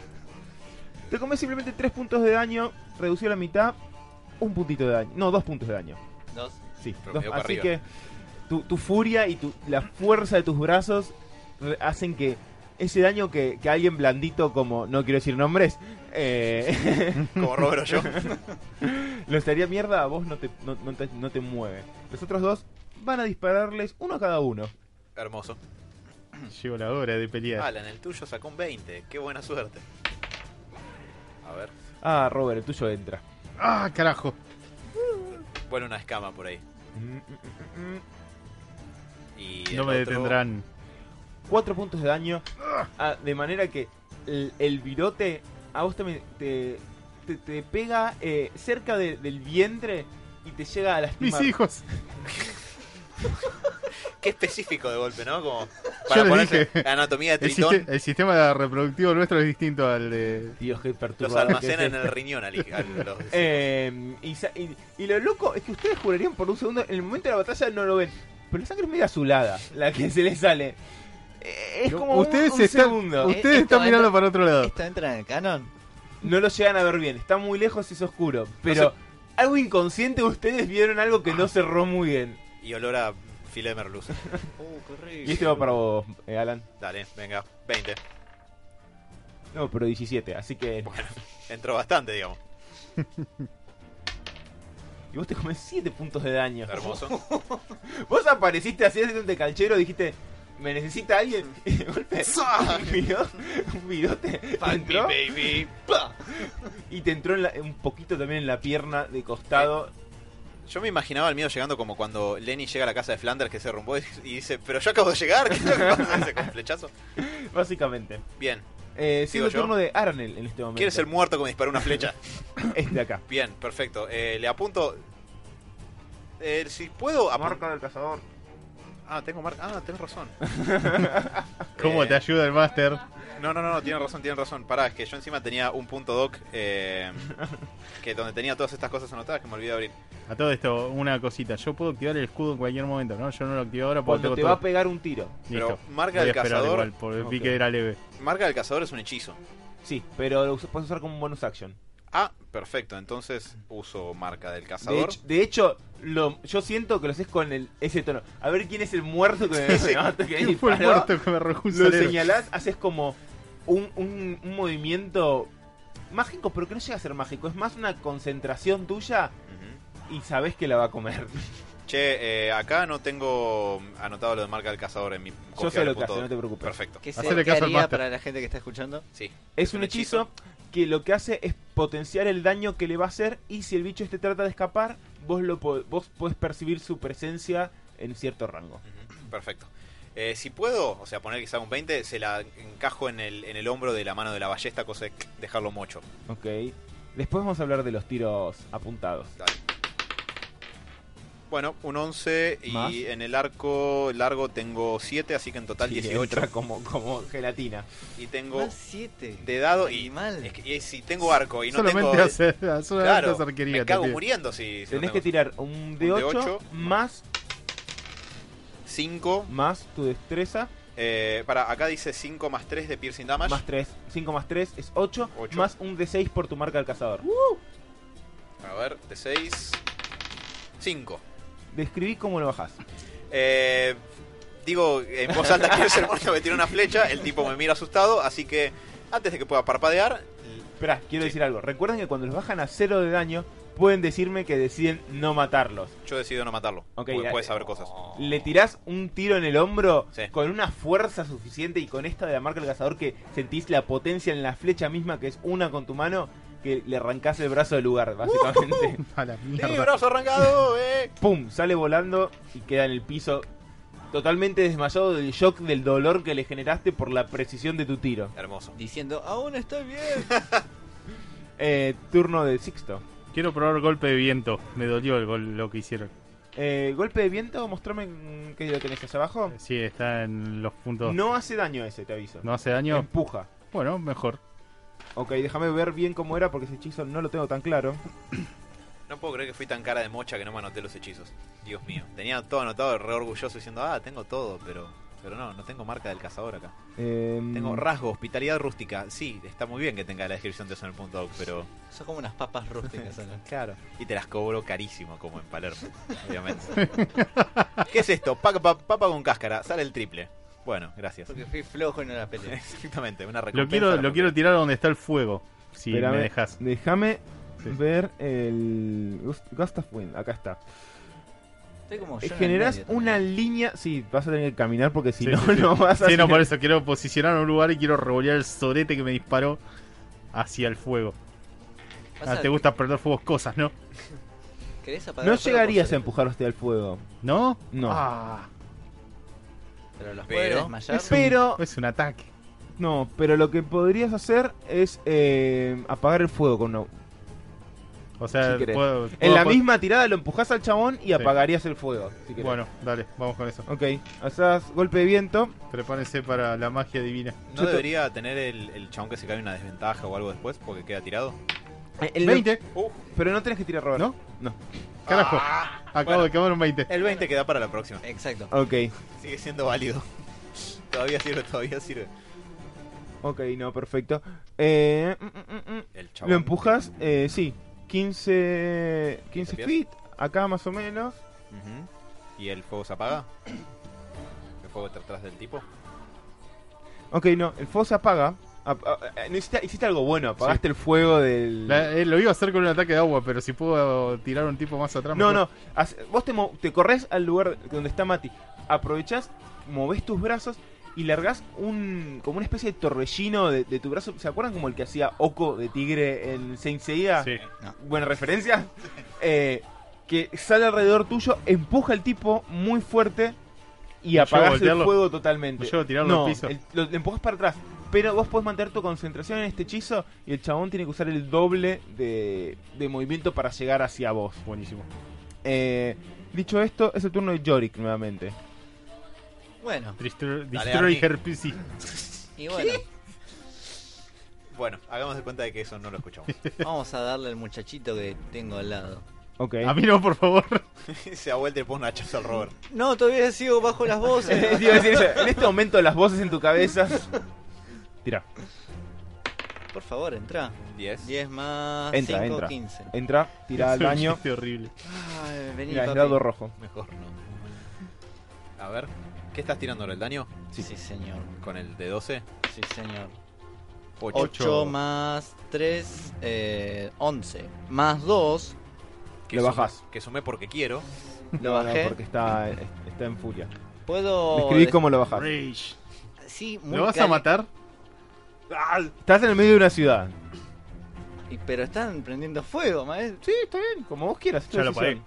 [SPEAKER 4] Te comes simplemente 3 puntos de daño, reducido a la mitad, un puntito de daño. No, dos puntos de daño.
[SPEAKER 2] Dos.
[SPEAKER 4] Sí,
[SPEAKER 3] Pero
[SPEAKER 4] dos-
[SPEAKER 3] medio para
[SPEAKER 4] así
[SPEAKER 3] arriba.
[SPEAKER 4] que tu, tu furia y tu, la fuerza de tus brazos re- hacen que ese daño que, que alguien blandito como, no quiero decir nombres, eh,
[SPEAKER 3] Como Robert o yo.
[SPEAKER 4] lo estaría mierda, a vos no te, no, no te, no te mueve. Los otros dos van a dispararles uno a cada uno.
[SPEAKER 3] Hermoso.
[SPEAKER 1] Llegó la hora de pelear.
[SPEAKER 3] Alan, el tuyo sacó un 20. Qué buena suerte. A ver.
[SPEAKER 4] Ah, Robert, el tuyo entra.
[SPEAKER 1] Ah, carajo.
[SPEAKER 3] Vuelve una escama por ahí.
[SPEAKER 4] Mm, mm, mm, mm.
[SPEAKER 3] Y
[SPEAKER 1] No
[SPEAKER 3] el
[SPEAKER 1] me
[SPEAKER 3] otro-
[SPEAKER 1] detendrán.
[SPEAKER 4] Cuatro puntos de daño, ah, de manera que el, el virote a vos también te, te, te pega eh, cerca de- del vientre y te llega a lastimar.
[SPEAKER 1] Mis hijos.
[SPEAKER 3] Qué específico de golpe, ¿no? Como
[SPEAKER 1] Yo
[SPEAKER 3] para
[SPEAKER 1] les
[SPEAKER 3] ponerse
[SPEAKER 1] dije.
[SPEAKER 3] anatomía de
[SPEAKER 1] El,
[SPEAKER 3] tritón.
[SPEAKER 1] siste- el sistema reproductivo nuestro es distinto al de.
[SPEAKER 4] Dios, qué
[SPEAKER 3] Los
[SPEAKER 4] perturbador.
[SPEAKER 3] almacenan en
[SPEAKER 4] que es
[SPEAKER 3] el riñón al, al- los-
[SPEAKER 4] este. Eh, y, sa- y- y lo loco es que ustedes jurarían por un segundo, en el momento de la batalla no lo ven, pero la sangre es medio azulada, la que se les sale. Eh, Es
[SPEAKER 1] No,
[SPEAKER 4] como
[SPEAKER 1] ustedes
[SPEAKER 4] un, un
[SPEAKER 1] están-
[SPEAKER 4] segundo.
[SPEAKER 2] Eh,
[SPEAKER 1] Ustedes
[SPEAKER 2] esto
[SPEAKER 1] están mirando
[SPEAKER 2] entra-
[SPEAKER 1] para otro lado.
[SPEAKER 2] ¿Esto entra en el canon?
[SPEAKER 4] No lo llegan a ver bien, está muy lejos y es oscuro, pero... Algo inconsciente ustedes vieron algo que no cerró muy bien.
[SPEAKER 3] y olor a filé de merluza.
[SPEAKER 2] Uh, qué horrible.
[SPEAKER 4] Y este va para vos, eh, Alan.
[SPEAKER 3] Dale, venga, 20.
[SPEAKER 4] No, pero 17, así que...
[SPEAKER 3] Entró bastante, digamos.
[SPEAKER 4] Y vos te comes 7 puntos de daño.
[SPEAKER 3] Hermoso.
[SPEAKER 4] Vos apareciste así, haciendo un tecalchero, dijiste, me necesita alguien. Y de golpe, un viro- un virote te
[SPEAKER 2] Fuck me,
[SPEAKER 4] entró,
[SPEAKER 2] baby. Pa.
[SPEAKER 4] y te entró en la- un poquito también en la pierna de costado.
[SPEAKER 3] Yo me imaginaba el miedo llegando como cuando Lenny llega a la casa de Flanders que se rumbó y, y dice, pero yo acabo de llegar, ¿qué es lo que pasa? Dice, con flechazo.
[SPEAKER 4] Básicamente.
[SPEAKER 3] Bien,
[SPEAKER 4] Eh, siendo el
[SPEAKER 3] ¿Sigo yo?
[SPEAKER 4] turno de Arnel en este momento.
[SPEAKER 3] ¿quieres ser muerto como disparó una flecha?
[SPEAKER 4] Este de acá.
[SPEAKER 3] Bien, perfecto. Eh, le apunto... Eh, si puedo... apun-
[SPEAKER 4] del cazador.
[SPEAKER 3] Ah, tengo marca... Ah, tenés razón.
[SPEAKER 1] ¿Cómo
[SPEAKER 4] Este.
[SPEAKER 3] Eh,
[SPEAKER 1] te ayuda el máster?
[SPEAKER 3] No, no, no, no, tienen razón, tienen razón. Pará, es que yo encima tenía un punto doc eh, que donde tenía todas estas cosas anotadas que me olvidé abrir.
[SPEAKER 1] A todo esto, una cosita. Yo puedo activar el escudo en cualquier momento, ¿no? Yo no lo activo ahora porque tengo
[SPEAKER 4] Cuando te va a
[SPEAKER 1] todo.
[SPEAKER 4] pegar un tiro.
[SPEAKER 3] Pero
[SPEAKER 1] Listo.
[SPEAKER 3] marca
[SPEAKER 1] Voy a
[SPEAKER 3] del
[SPEAKER 1] esperar
[SPEAKER 3] cazador.
[SPEAKER 1] igual, porque
[SPEAKER 4] Ok.
[SPEAKER 1] vi que era leve.
[SPEAKER 3] Marca del cazador es un hechizo.
[SPEAKER 4] Sí, pero lo us- puedes usar como un bonus action.
[SPEAKER 3] Ah, perfecto. Entonces uso marca del
[SPEAKER 4] De
[SPEAKER 3] cazador.
[SPEAKER 4] hecho, de hecho, lo, yo siento que lo haces con el, ese tono. A ver quién es el muerto que me,
[SPEAKER 3] Sí, sí.
[SPEAKER 4] me mata, que
[SPEAKER 1] ¿Quién fue
[SPEAKER 4] disparó.
[SPEAKER 1] el muerto que me arrojó un
[SPEAKER 4] lo
[SPEAKER 1] salero?
[SPEAKER 4] señalás, haces como un, un- un movimiento mágico, pero que no llega a ser mágico. Es más una concentración tuya
[SPEAKER 3] Ujú.
[SPEAKER 4] y sabes que la va a comer.
[SPEAKER 3] Che, eh, acá no tengo anotado lo de marca del cazador en mi
[SPEAKER 4] Yo
[SPEAKER 3] copia
[SPEAKER 4] sé
[SPEAKER 3] del
[SPEAKER 4] lo que
[SPEAKER 3] punto
[SPEAKER 4] hace, no
[SPEAKER 3] doc.
[SPEAKER 4] te preocupes.
[SPEAKER 3] Perfecto.
[SPEAKER 2] ¿Qué se
[SPEAKER 1] Hacele
[SPEAKER 2] qué
[SPEAKER 1] caso al
[SPEAKER 2] haría
[SPEAKER 1] máster.
[SPEAKER 2] para la gente que está escuchando?
[SPEAKER 3] Sí.
[SPEAKER 4] Es un hechizo que lo que hace es potenciar el daño que le va a hacer y si el bicho este trata de escapar, vos lo po- vos podés percibir su presencia en cierto rango.
[SPEAKER 3] Ujú, Perfecto. Eh, si puedo, o sea, poner quizá un 20, se la encajo en el, en el hombro de la mano de la ballesta, cosa de dejarlo mocho.
[SPEAKER 4] Ok. Después vamos a hablar de los tiros apuntados.
[SPEAKER 3] Dale. Bueno, un 11 y
[SPEAKER 4] Más.
[SPEAKER 3] en el arco largo tengo 7, así que en total
[SPEAKER 4] Sí,
[SPEAKER 3] 18.
[SPEAKER 4] entra como, como gelatina.
[SPEAKER 3] Y tengo
[SPEAKER 2] Más siete.
[SPEAKER 3] de dado y,
[SPEAKER 2] Animal.
[SPEAKER 3] es que- y si tengo arco y no
[SPEAKER 1] solamente
[SPEAKER 3] tengo...
[SPEAKER 1] hacer, solamente
[SPEAKER 3] claro,
[SPEAKER 1] hacer querida,
[SPEAKER 3] me cago
[SPEAKER 1] tío.
[SPEAKER 3] muriendo si, si
[SPEAKER 4] Tenés que tirar un de
[SPEAKER 3] Un de
[SPEAKER 4] 8
[SPEAKER 3] ocho.
[SPEAKER 4] más,
[SPEAKER 3] 5,
[SPEAKER 4] más tu destreza,
[SPEAKER 3] Eh, para acá dice 5 más 3 de piercing damage.
[SPEAKER 4] más 3. 5 más 3 es 8,
[SPEAKER 3] Ocho.
[SPEAKER 4] más un de 6 por tu marca del cazador.
[SPEAKER 3] A ver, de 6, 5.
[SPEAKER 4] Describí cómo lo bajás.
[SPEAKER 3] Eh, digo, en voz alta quiero ser muerto, me tira una flecha, el tipo me mira asustado, así que antes de que pueda parpadear,
[SPEAKER 4] Espera, quiero
[SPEAKER 3] Sí.
[SPEAKER 4] decir algo. Recuerden que cuando los bajan a 0 de daño, pueden decirme que deciden no matarlos.
[SPEAKER 3] yo decido no matarlo.
[SPEAKER 4] Ok,
[SPEAKER 3] porque
[SPEAKER 4] ya- Oh.
[SPEAKER 3] puede saber cosas.
[SPEAKER 4] Le tirás un tiro en el hombro
[SPEAKER 3] Sí.
[SPEAKER 4] con una fuerza suficiente y con esta de la marca del cazador que sentís la potencia en la flecha misma, que es una con tu mano, que le arrancás el brazo del lugar, básicamente.
[SPEAKER 1] A la
[SPEAKER 3] Sí,
[SPEAKER 1] mierda.
[SPEAKER 3] brazo arrancado, eh.
[SPEAKER 4] ¡Pum! Sale volando y queda en el piso totalmente desmayado del shock del dolor que le generaste por la precisión de tu tiro.
[SPEAKER 3] Hermoso.
[SPEAKER 2] Diciendo, aún estoy bien.
[SPEAKER 4] Eh, turno de Sixto.
[SPEAKER 1] Quiero probar golpe de viento. Me dolió el gol, lo que hicieron.
[SPEAKER 4] Eh, golpe de viento, mostrame mm, que lo tenés hacia abajo.
[SPEAKER 1] Sí, está en los puntos.
[SPEAKER 4] No hace daño ese, te aviso.
[SPEAKER 1] ¿No hace daño.
[SPEAKER 4] Empuja.
[SPEAKER 1] Bueno, mejor.
[SPEAKER 4] Ok, déjame ver bien cómo era porque ese hechizo no lo tengo tan claro.
[SPEAKER 3] No puedo creer que fui tan cara de mocha que no me anoté los hechizos. Dios mío. Tenía todo anotado, re orgulloso, diciendo, ah, tengo todo, pero. Pero no, no tengo marca del cazador acá.
[SPEAKER 4] Em,
[SPEAKER 3] Tengo rasgo, hospitalidad rústica. Sí, está muy bien que tenga la descripción de eso en el punto doc, pero.
[SPEAKER 2] Son como unas papas rústicas. ¿no?
[SPEAKER 3] Claro. Y te las cobro carísimo, como en Palermo, obviamente. ¿Qué es esto? Pa- pa- papa con cáscara, sale el triple. Bueno, gracias.
[SPEAKER 2] Porque fui flojo en la pelea.
[SPEAKER 3] Exactamente, una recompensa.
[SPEAKER 1] Lo quiero,
[SPEAKER 3] a la
[SPEAKER 1] lo
[SPEAKER 3] familia.
[SPEAKER 1] quiero tirar donde está el fuego. Si
[SPEAKER 4] espérame,
[SPEAKER 1] me dejas.
[SPEAKER 4] Déjame
[SPEAKER 1] Sí.
[SPEAKER 4] ver el. Gust- Gust of Wind, acá está. Eh,
[SPEAKER 2] Estoy como yo en el
[SPEAKER 4] Generás
[SPEAKER 2] medio también.
[SPEAKER 4] una línea. Sí, vas a tener que caminar porque si
[SPEAKER 1] Sí,
[SPEAKER 4] no,
[SPEAKER 1] sí, sí.
[SPEAKER 4] no vas
[SPEAKER 1] Sí,
[SPEAKER 4] a.
[SPEAKER 1] no,
[SPEAKER 4] llegar.
[SPEAKER 1] por eso quiero posicionar un lugar y quiero revolear el sorete que me disparó hacia el fuego.
[SPEAKER 2] Vas
[SPEAKER 1] Ah,
[SPEAKER 2] a-
[SPEAKER 1] te gusta perder fuegos cosas, ¿no?
[SPEAKER 2] ¿Querés apagar
[SPEAKER 4] No
[SPEAKER 2] el fuego
[SPEAKER 4] llegarías
[SPEAKER 2] por
[SPEAKER 4] a
[SPEAKER 2] ser-
[SPEAKER 4] empujar hostia al fuego.
[SPEAKER 1] ¿No?
[SPEAKER 4] No.
[SPEAKER 1] Ah,
[SPEAKER 2] Pero los
[SPEAKER 3] Pero-
[SPEAKER 2] puedes desmayar.
[SPEAKER 4] Es un- Pero-
[SPEAKER 1] es un ataque.
[SPEAKER 4] No, pero lo que podrías hacer es eh, apagar el fuego con una.
[SPEAKER 1] O sea,
[SPEAKER 4] Si querés.
[SPEAKER 1] puedo-
[SPEAKER 4] En
[SPEAKER 1] puedo-
[SPEAKER 4] la
[SPEAKER 1] puedo-
[SPEAKER 4] misma tirada lo empujás al chabón y apagarías el fuego. si querés.
[SPEAKER 1] Bueno, dale, vamos con eso.
[SPEAKER 4] Ok, haces golpe de viento.
[SPEAKER 1] Prepárense para la magia divina.
[SPEAKER 4] Yo
[SPEAKER 3] ¿No
[SPEAKER 4] te-
[SPEAKER 3] debería tener el, el chabón que se cae una desventaja o algo después porque queda tirado?
[SPEAKER 4] Eh, el-
[SPEAKER 1] 20,
[SPEAKER 4] Pero no tenés que tirar Robert.
[SPEAKER 1] ¿no?
[SPEAKER 4] No.
[SPEAKER 1] Carajo,
[SPEAKER 3] Ah,
[SPEAKER 1] acabo
[SPEAKER 3] bueno.
[SPEAKER 1] de acabar un 20.
[SPEAKER 3] el 20 queda para la próxima.
[SPEAKER 2] Exacto.
[SPEAKER 4] Ok.
[SPEAKER 3] Sigue siendo válido. Todavía sirve, todavía sirve.
[SPEAKER 4] Ok, no, perfecto. Eh, mm, mm, mm, mm.
[SPEAKER 3] El chabón.
[SPEAKER 4] Lo empujas, eh, sí, 15, 15
[SPEAKER 3] 15 pies.
[SPEAKER 4] feet, acá más o menos.
[SPEAKER 3] Ujú. ¿Y el fuego se apaga? ¿El fuego está atrás del tipo?
[SPEAKER 4] Ok, no, el fuego se apaga. Ap- a- a- no, hiciste, hiciste algo bueno, apagaste el fuego del...
[SPEAKER 1] La- eh, lo iba a hacer con un ataque de agua, pero si puedo tirar un tipo más atrás.
[SPEAKER 4] No,
[SPEAKER 1] mejor.
[SPEAKER 4] no, hace- vos te, mo- te corres al lugar donde está Mati, aprovechás, movés tus brazos y largás un, como una especie de torbellino de, de tu brazo. ¿Se acuerdan como el que hacía Oco de Tigre en Saint Seiya?
[SPEAKER 1] Sí.
[SPEAKER 4] buena referencia, eh, que sale alrededor tuyo, empuja al tipo muy fuerte y
[SPEAKER 1] ¿Lo llevo a
[SPEAKER 4] apagas el
[SPEAKER 1] voltearlo?
[SPEAKER 4] fuego totalmente.
[SPEAKER 1] ¿Lo llevo a tirarlo
[SPEAKER 4] no,
[SPEAKER 1] al piso?
[SPEAKER 4] el- lo, lo empujas para atrás, pero vos podés mantener tu concentración en este hechizo y el chabón tiene que usar el doble de, de movimiento para llegar hacia vos.
[SPEAKER 1] Buenísimo.
[SPEAKER 4] Eh, dicho esto, es el turno de Yorick nuevamente.
[SPEAKER 2] Bueno,
[SPEAKER 1] Destroy,
[SPEAKER 3] Dale,
[SPEAKER 1] destroy
[SPEAKER 3] Arnie.
[SPEAKER 1] her pussy.
[SPEAKER 2] y bueno,
[SPEAKER 3] Bueno, hagamos de cuenta de que eso no lo escuchamos.
[SPEAKER 2] vamos a darle al muchachito que tengo al lado.
[SPEAKER 4] Ok.
[SPEAKER 1] A mí no, por favor.
[SPEAKER 3] se da vuelta y le pone un hachazo al Robert.
[SPEAKER 2] No, todavía sigo bajo las
[SPEAKER 4] Eh,
[SPEAKER 2] voces.
[SPEAKER 4] te iba a decir eso, En este momento las voces en tu cabeza... Tira.
[SPEAKER 2] Por favor, entra.
[SPEAKER 3] 10.
[SPEAKER 2] 10 más
[SPEAKER 4] Entra,
[SPEAKER 2] 5,
[SPEAKER 4] entra.
[SPEAKER 2] 15.
[SPEAKER 4] Entra, tira
[SPEAKER 1] Es
[SPEAKER 4] al
[SPEAKER 1] un
[SPEAKER 4] daño.
[SPEAKER 1] chiste horrible.
[SPEAKER 2] Ay, vení,
[SPEAKER 4] Mira, es
[SPEAKER 2] papi.
[SPEAKER 4] dado rojo.
[SPEAKER 3] Mejor no. A ver, ¿qué estás tirando el daño?
[SPEAKER 2] Sí, señor.
[SPEAKER 3] Con el de 12.
[SPEAKER 2] Sí, señor.
[SPEAKER 3] 8.
[SPEAKER 2] 8 más 3, 11. Más 2,
[SPEAKER 4] Le bajás.
[SPEAKER 3] Que sumé porque quiero.
[SPEAKER 2] Lo
[SPEAKER 4] No, no,
[SPEAKER 2] bajé. Oh,
[SPEAKER 4] porque está, está en furia.
[SPEAKER 2] Puedo.
[SPEAKER 4] Describí cómo lo bajas.
[SPEAKER 1] Rage.
[SPEAKER 2] Sí, muy
[SPEAKER 1] ¿Lo vas a
[SPEAKER 2] cal-
[SPEAKER 1] matar?
[SPEAKER 4] Estás en el medio de una ciudad.
[SPEAKER 2] Y- Pero están prendiendo fuego, maestro.
[SPEAKER 4] Sí, está bien, como vos quieras. es tu
[SPEAKER 1] Ya lo
[SPEAKER 4] decisión.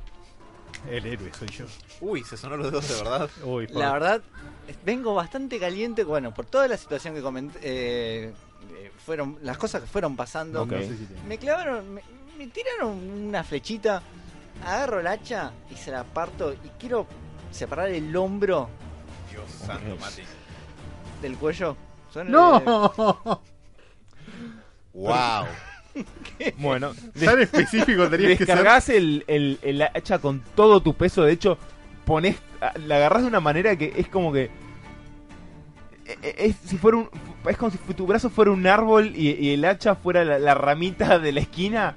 [SPEAKER 1] El héroe soy yo.
[SPEAKER 3] Uy, se sonó los dedos de verdad.
[SPEAKER 1] Uy,
[SPEAKER 2] La verdad, es- vengo bastante caliente, bueno, por toda la situación que comenté. eh, eh, fueron las cosas que fueron pasando.
[SPEAKER 4] Ok.
[SPEAKER 1] no sé si te-
[SPEAKER 2] Me clavaron, me, me tiraron una flechita, agarro el hacha y se la parto y quiero separar el hombro
[SPEAKER 3] Dios santo, Mati.
[SPEAKER 2] del cuello. Son, eh,
[SPEAKER 1] ¡No!
[SPEAKER 3] Wow.
[SPEAKER 4] Bueno, des-
[SPEAKER 1] Tan específico tenías que ser.
[SPEAKER 4] descargas el, el- el hacha con todo tu peso. De hecho, pones, la agarras de una manera que es como que. e- e- Es, si fuera un, es como si fu- tu brazo fuera un árbol y, y el hacha fuera la, la ramita de la esquina.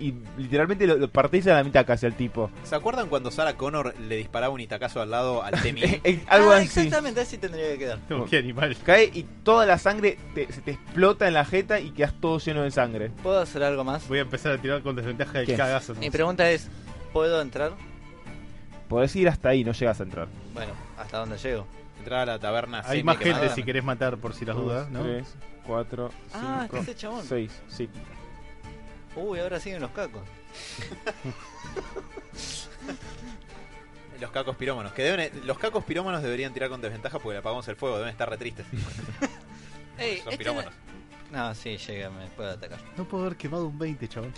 [SPEAKER 4] Y literalmente lo, lo partís a la mitad casi al tipo.
[SPEAKER 3] ¿Se acuerdan cuando Sarah Connor le disparaba un itacazo al lado al Temi?
[SPEAKER 4] Es- es algo
[SPEAKER 2] ah,
[SPEAKER 4] así.
[SPEAKER 2] Exactamente, así tendría que quedar.
[SPEAKER 1] No, qué animal.
[SPEAKER 4] Cae y toda la sangre te- se te explota en la jeta y quedas todo lleno de sangre.
[SPEAKER 2] ¿Puedo hacer algo más?
[SPEAKER 1] Voy a empezar a tirar con desventaja
[SPEAKER 4] ¿Qué?
[SPEAKER 1] de cagazo.
[SPEAKER 2] Mi pregunta es, ¿puedo entrar?
[SPEAKER 4] Podés ir hasta ahí, no llegas a entrar.
[SPEAKER 2] Bueno, ¿hasta dónde llego?
[SPEAKER 3] Entrar a la taberna.
[SPEAKER 1] Hay
[SPEAKER 3] semi
[SPEAKER 1] más
[SPEAKER 3] quemada.
[SPEAKER 1] gente si querés matar por si las dudas, ¿no?
[SPEAKER 4] 3, 4,
[SPEAKER 2] Ah, está
[SPEAKER 4] 5,
[SPEAKER 2] ese chabón.
[SPEAKER 4] 6. Sí.
[SPEAKER 2] Uy, ahora siguen los cacos.
[SPEAKER 3] Los cacos pirómanos. Que deben, los cacos pirómanos deberían tirar con desventaja porque le apagamos el fuego. Deben estar re tristes.
[SPEAKER 2] Ey,
[SPEAKER 3] Son
[SPEAKER 2] este-
[SPEAKER 3] pirómanos.
[SPEAKER 2] No, sí, llega, me puede atacar.
[SPEAKER 1] No puedo haber quemado un 20, chaval.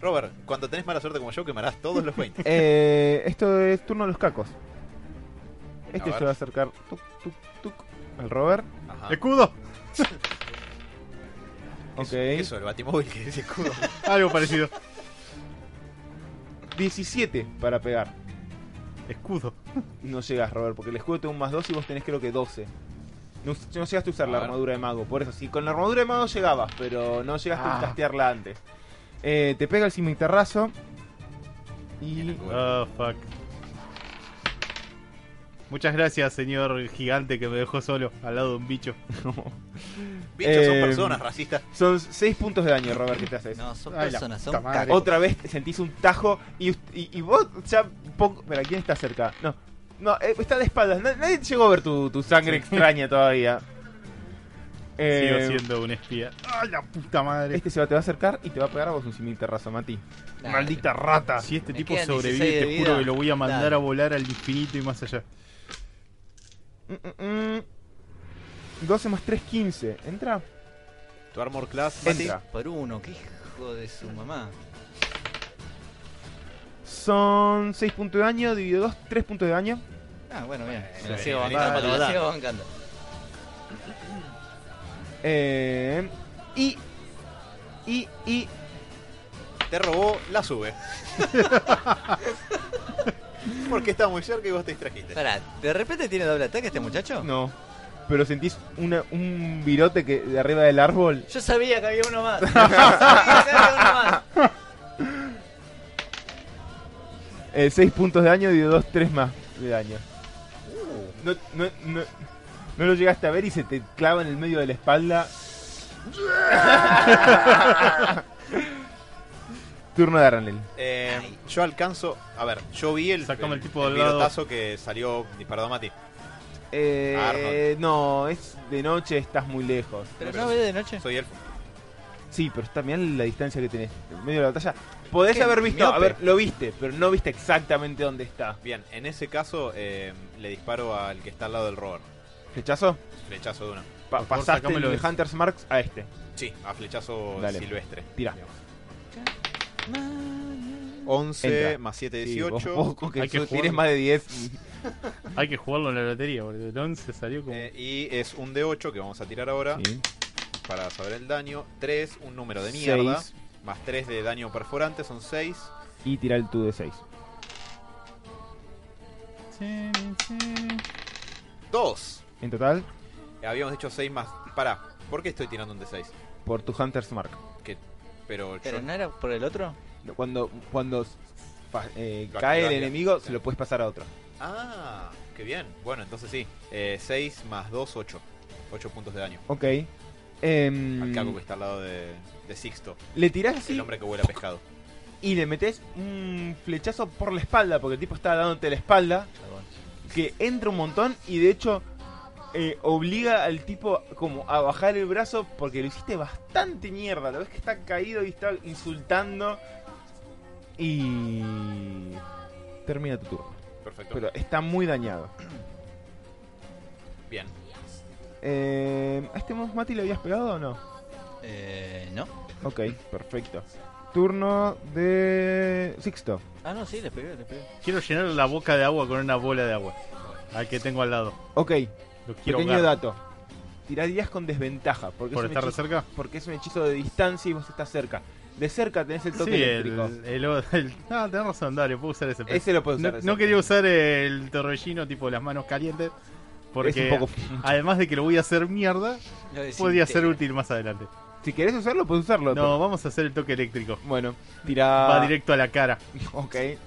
[SPEAKER 3] Robert, cuando tenés mala suerte como yo, quemarás todos los 20.
[SPEAKER 4] Eh, esto es turno de los cacos.
[SPEAKER 3] A
[SPEAKER 4] Este
[SPEAKER 3] ver.
[SPEAKER 4] se va a acercar tuc, tuc, tuc, al Robert.
[SPEAKER 3] Ajá.
[SPEAKER 1] ¡Escudo!
[SPEAKER 4] Ok.
[SPEAKER 3] Eso, el batimóvil que dice escudo.
[SPEAKER 1] Algo parecido.
[SPEAKER 4] 17 para pegar.
[SPEAKER 1] Escudo.
[SPEAKER 4] No llegas, Robert, porque el escudo tiene un más 2 y vos tenés creo que 12. No, no llegaste a usar
[SPEAKER 3] A
[SPEAKER 2] Ah.
[SPEAKER 4] la
[SPEAKER 3] ver.
[SPEAKER 4] armadura de mago, por eso. Si con la armadura de mago llegabas, pero no llegaste a
[SPEAKER 1] Ah.
[SPEAKER 4] castearla antes. Eh, te pega el cimitarrazo. Y.
[SPEAKER 1] Oh, fuck. Muchas gracias, señor gigante que me dejó solo al lado de un bicho.
[SPEAKER 3] Bichos son
[SPEAKER 1] Em,
[SPEAKER 4] Eh,
[SPEAKER 3] personas racistas.
[SPEAKER 4] Son 6 puntos de daño, Robert, que te haces.
[SPEAKER 2] No, son
[SPEAKER 1] Ay, la
[SPEAKER 2] personas, son
[SPEAKER 1] puta madre.
[SPEAKER 2] cacos.
[SPEAKER 4] Otra vez sentís un tajo y, y, y vos ya un poco... Mira, ¿quién está cerca? No, no, eh, está de espaldas. Na- Nadie llegó a ver tu, tu sangre extraña todavía. Eh,
[SPEAKER 1] Sigo siendo un espía. ¡Ay, la puta madre!
[SPEAKER 4] este se va, te va a acercar y te va a pegar a vos un simil terrazo, Mati.
[SPEAKER 2] Nah,
[SPEAKER 1] ¡Maldita rata! Si este
[SPEAKER 2] Me
[SPEAKER 1] tipo
[SPEAKER 2] quedan 16
[SPEAKER 1] sobrevive,
[SPEAKER 2] de
[SPEAKER 1] te juro
[SPEAKER 2] vida.
[SPEAKER 1] que lo voy a mandar
[SPEAKER 2] Dale.
[SPEAKER 1] a volar al infinito y más allá.
[SPEAKER 4] Mm, mm, mm. 12 más 3, 15. ¿Entra?
[SPEAKER 3] Tu armor class.
[SPEAKER 1] eh.
[SPEAKER 3] Mati,
[SPEAKER 4] Entra.
[SPEAKER 2] Por uno, qué hijo de su mamá.
[SPEAKER 4] Son 6 puntos de daño, dividido 2, 3 puntos de daño.
[SPEAKER 2] Ah, bueno, bien. Me la
[SPEAKER 3] sí,
[SPEAKER 2] sigo
[SPEAKER 3] ahí
[SPEAKER 2] bancando,
[SPEAKER 3] está,
[SPEAKER 2] me la
[SPEAKER 3] está.
[SPEAKER 2] sigo bancando.
[SPEAKER 4] Eh, y... Y... Y...
[SPEAKER 3] te robó, la sube. Porque está muy cerca y vos te distrajiste.
[SPEAKER 2] Pará, ¿de repente tiene doble ataque este muchacho?
[SPEAKER 4] No. Pero sentís una- un virote que de arriba del árbol
[SPEAKER 2] Yo sabía que había uno más. Yo sabía que había uno más.
[SPEAKER 4] 6 eh, puntos de daño y de 2, 3 más de daño. No, no- no- no lo llegaste a ver y se te clava en el medio de la espalda. Turno de Aranel.
[SPEAKER 3] Eh,
[SPEAKER 2] Ay.
[SPEAKER 3] yo alcanzo. A ver, yo vi el,
[SPEAKER 1] Sacame el tipo del lado.
[SPEAKER 3] pirotazo que salió disparado a Mati.
[SPEAKER 4] Eh, no, es de noche, estás muy lejos.
[SPEAKER 2] Pero no ve de noche.
[SPEAKER 3] Soy elfo.
[SPEAKER 4] Sí, pero está mirá la distancia que tenés. En medio de la batalla. Podés
[SPEAKER 2] ¿Qué?
[SPEAKER 4] haber visto, a
[SPEAKER 2] Miope.
[SPEAKER 4] ver, lo viste, pero no viste exactamente dónde está.
[SPEAKER 3] Bien, en ese caso eh, le disparo al que está al lado del Robert.
[SPEAKER 4] ¿Rechazo?
[SPEAKER 3] Flechazo de una.
[SPEAKER 4] Pa-
[SPEAKER 1] Por favor,
[SPEAKER 4] pasaste
[SPEAKER 1] sacámelo
[SPEAKER 4] el
[SPEAKER 1] de-
[SPEAKER 4] Hunter's Marks a este.
[SPEAKER 3] Sí, a flechazo
[SPEAKER 4] Dale.
[SPEAKER 3] silvestre.
[SPEAKER 4] Tira.
[SPEAKER 3] 11
[SPEAKER 4] Entra.
[SPEAKER 3] más 7,
[SPEAKER 4] Sí,
[SPEAKER 3] 18.
[SPEAKER 4] vos- vos con que
[SPEAKER 1] Hay que
[SPEAKER 4] su-
[SPEAKER 1] jugar.
[SPEAKER 4] tires más de 10.
[SPEAKER 1] Hay que jugarlo en la lotería, porque el 11 salió como.
[SPEAKER 3] Eh, y es un D8 que vamos a tirar ahora
[SPEAKER 4] Sí.
[SPEAKER 3] para saber el daño. 3, un número de mierda.
[SPEAKER 4] Seis.
[SPEAKER 3] Más 3 de daño perforante, son 6.
[SPEAKER 4] Y tira el tu de 6.
[SPEAKER 3] 2.
[SPEAKER 4] En total,
[SPEAKER 3] Habíamos hecho 6 más. Pará, ¿por qué estoy tirando un D6?
[SPEAKER 4] por tu Hunter's Mark.
[SPEAKER 3] Que, pero yo-
[SPEAKER 2] ¿Pero no era por el otro?
[SPEAKER 4] Cuando, cuando fa- eh,
[SPEAKER 3] Lo
[SPEAKER 4] cae el
[SPEAKER 3] activás,
[SPEAKER 4] enemigo,
[SPEAKER 3] sí.
[SPEAKER 4] se lo puedes pasar a otro.
[SPEAKER 3] Ah, qué bien. Bueno, entonces sí. 6 más 2, 8. 8 puntos de daño.
[SPEAKER 4] Ok.
[SPEAKER 3] Al caco
[SPEAKER 4] Em,
[SPEAKER 3] que está al lado de, de Sixto,
[SPEAKER 4] le tirás
[SPEAKER 3] el
[SPEAKER 4] así
[SPEAKER 3] hombre que huele a pescado.
[SPEAKER 4] y le metes un flechazo por la espalda, porque el tipo está dándote la espalda, que entra un montón y de hecho eh, obliga al tipo como a bajar el brazo porque lo hiciste bastante mierda, lo ves que está caído y está insultando y termina tu turno,
[SPEAKER 3] Perfecto.
[SPEAKER 4] pero está muy dañado.
[SPEAKER 3] Bien.
[SPEAKER 4] Eh, ¿A este Mons Mati le habías pegado o no?
[SPEAKER 2] Eh, ¿No?
[SPEAKER 4] Ok, perfecto. Turno de Sixto.
[SPEAKER 2] Ah, no, sí, le pegué, le pegué.
[SPEAKER 1] Quiero llenar la boca de agua con una bola de agua. Al que tengo al lado.
[SPEAKER 4] Ok,
[SPEAKER 1] Lo quiero
[SPEAKER 4] pequeño
[SPEAKER 1] ahogar.
[SPEAKER 4] dato. Tirarías con desventaja porque,
[SPEAKER 1] ¿Por
[SPEAKER 4] es un
[SPEAKER 1] estar de
[SPEAKER 4] hechizo-
[SPEAKER 1] cerca?
[SPEAKER 4] porque es un hechizo de distancia y vos estás cerca. De cerca tenés el toque
[SPEAKER 1] Sí, el,
[SPEAKER 4] eléctrico.
[SPEAKER 1] el, el- Ah, tenés razón, dale, puedo usar ese.
[SPEAKER 4] Ese lo puedes
[SPEAKER 1] no,
[SPEAKER 4] usar. de
[SPEAKER 1] no
[SPEAKER 4] cerca.
[SPEAKER 1] quería usar el torbellino tipo las manos calientes. Porque
[SPEAKER 4] Es un poco-
[SPEAKER 1] además de que lo voy a hacer mierda,
[SPEAKER 2] Lo de
[SPEAKER 1] podría
[SPEAKER 2] Cintel.
[SPEAKER 1] ser útil más adelante.
[SPEAKER 4] Si querés usarlo, puedes usarlo.
[SPEAKER 1] No, vamos a hacer el toque eléctrico.
[SPEAKER 4] pero- Bueno, tira.
[SPEAKER 1] Va directo a la cara.
[SPEAKER 4] Ok.
[SPEAKER 3] ¿Le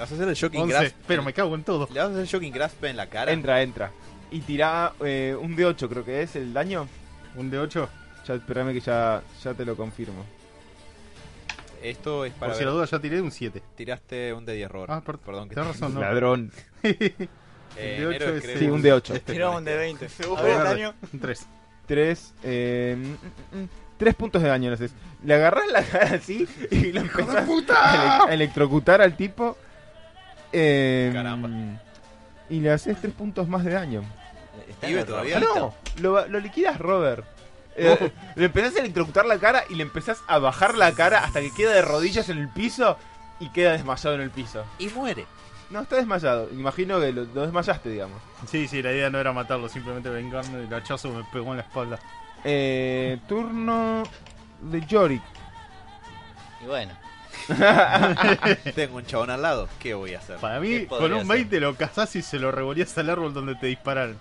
[SPEAKER 3] vas a hacer el shocking
[SPEAKER 1] 11.
[SPEAKER 3] grasp?
[SPEAKER 1] Pero me cago en todo.
[SPEAKER 3] ¿Le vas a hacer el shocking grasp en la cara?
[SPEAKER 4] Entra, entra. Y tira eh, un D8, creo que es el daño.
[SPEAKER 1] Un de 8.
[SPEAKER 4] Ya, espérame que ya, ya te lo confirmo.
[SPEAKER 3] Esto es
[SPEAKER 1] Por
[SPEAKER 3] para
[SPEAKER 1] si la
[SPEAKER 3] ver.
[SPEAKER 1] duda, ya tiré un 7.
[SPEAKER 3] Tiraste un de 10 error.
[SPEAKER 1] Ah, per-
[SPEAKER 3] Perdón que
[SPEAKER 1] tenés
[SPEAKER 3] te-
[SPEAKER 1] razón, no.
[SPEAKER 4] Ladrón.
[SPEAKER 3] Eh,
[SPEAKER 1] El de
[SPEAKER 3] enero
[SPEAKER 1] ocho
[SPEAKER 3] es
[SPEAKER 1] es
[SPEAKER 3] creo-
[SPEAKER 4] Sí, un D8.
[SPEAKER 2] Tiró un de 20.
[SPEAKER 1] A
[SPEAKER 2] A ver,
[SPEAKER 1] ver,
[SPEAKER 2] daño.
[SPEAKER 1] Un 3.
[SPEAKER 4] Tres, eh, mm, mm, mm, tres puntos de daño le haces. Le agarras la cara así y lo empezás a ele- a electrocutar al tipo. Eh,
[SPEAKER 3] Caramba.
[SPEAKER 4] Y le haces tres puntos más de daño.
[SPEAKER 2] Está
[SPEAKER 3] Vive
[SPEAKER 2] en otro
[SPEAKER 3] todavía.
[SPEAKER 4] Ah,
[SPEAKER 2] ámbito.
[SPEAKER 4] no, lo, lo liquidas, Robert. Eh, Le empezás a electrocutar la cara y le empezás a bajar la cara hasta que queda de rodillas en el piso y queda desmayado en el piso.
[SPEAKER 3] Y muere.
[SPEAKER 4] No, está desmayado. Imagino que lo, lo desmayaste, digamos.
[SPEAKER 1] Sí, sí, la idea no era matarlo, simplemente vengarme. El hachazo me pegó en la espalda.
[SPEAKER 4] Eh, turno de Yorick.
[SPEAKER 2] Y bueno,
[SPEAKER 3] Tengo un chabón al lado. ¿Qué voy a hacer?
[SPEAKER 1] Para
[SPEAKER 2] ¿Qué
[SPEAKER 1] mí, con
[SPEAKER 2] podría
[SPEAKER 1] un 20 lo cazás y se lo revolvías al árbol donde te dispararon.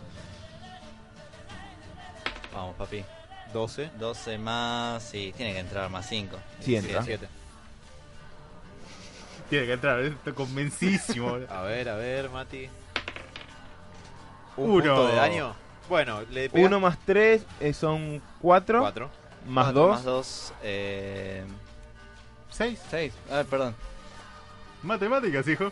[SPEAKER 2] vamos, papi.
[SPEAKER 3] 12.
[SPEAKER 2] 12 más. Sí, tiene que entrar más 5.
[SPEAKER 4] Sí, entra.
[SPEAKER 3] 17.
[SPEAKER 1] Tiene que entrar, eh, estoy convencidísimo.
[SPEAKER 3] A ver, a ver, Mati.
[SPEAKER 1] Uno.
[SPEAKER 3] ¿Un punto de daño? Bueno, le pegas
[SPEAKER 4] Uno más tres eh, son cuatro.
[SPEAKER 3] 4.
[SPEAKER 1] Ah,
[SPEAKER 4] Más
[SPEAKER 2] Cuatro,
[SPEAKER 4] dos.
[SPEAKER 2] Más 2. Eh,
[SPEAKER 1] 6.
[SPEAKER 2] 6. A ver, perdón.
[SPEAKER 1] Matemáticas, hijo.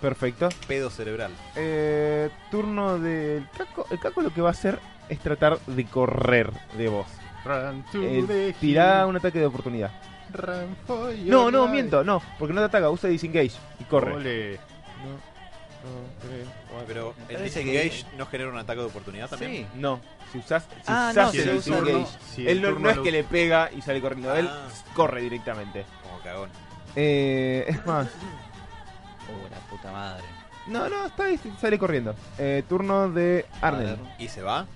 [SPEAKER 4] Perfecto.
[SPEAKER 3] Pedo cerebral.
[SPEAKER 4] Eh, turno del caco. El caco lo que va a hacer es tratar de correr de vos.
[SPEAKER 1] Run to
[SPEAKER 4] Eh,
[SPEAKER 1] the
[SPEAKER 4] tirá
[SPEAKER 1] hill,
[SPEAKER 4] un ataque de oportunidad.
[SPEAKER 1] run for your
[SPEAKER 4] No, no,
[SPEAKER 1] life.
[SPEAKER 4] miento, no. Porque no te ataca, usa disengage y corre.
[SPEAKER 1] Ole.
[SPEAKER 3] Pero el
[SPEAKER 2] Parece
[SPEAKER 3] disengage no genera un ataque de oportunidad Ah, también.
[SPEAKER 2] Sí.
[SPEAKER 4] No, si usás, si
[SPEAKER 2] Ah,
[SPEAKER 4] usás
[SPEAKER 2] no,
[SPEAKER 1] Si
[SPEAKER 4] el
[SPEAKER 2] se
[SPEAKER 1] el
[SPEAKER 2] usa
[SPEAKER 4] disengage.
[SPEAKER 1] turno- si el
[SPEAKER 4] él no,
[SPEAKER 1] turno
[SPEAKER 4] no es
[SPEAKER 1] lo-
[SPEAKER 4] que le pega y sale corriendo, él
[SPEAKER 3] Ah.
[SPEAKER 4] corre directamente.
[SPEAKER 3] Como cagón.
[SPEAKER 4] Eh, es más,
[SPEAKER 2] Uh, la puta madre.
[SPEAKER 4] no, no, está ahí, sale corriendo. Eh, turno de Arnel.
[SPEAKER 2] A ver,
[SPEAKER 3] ¿Y se va?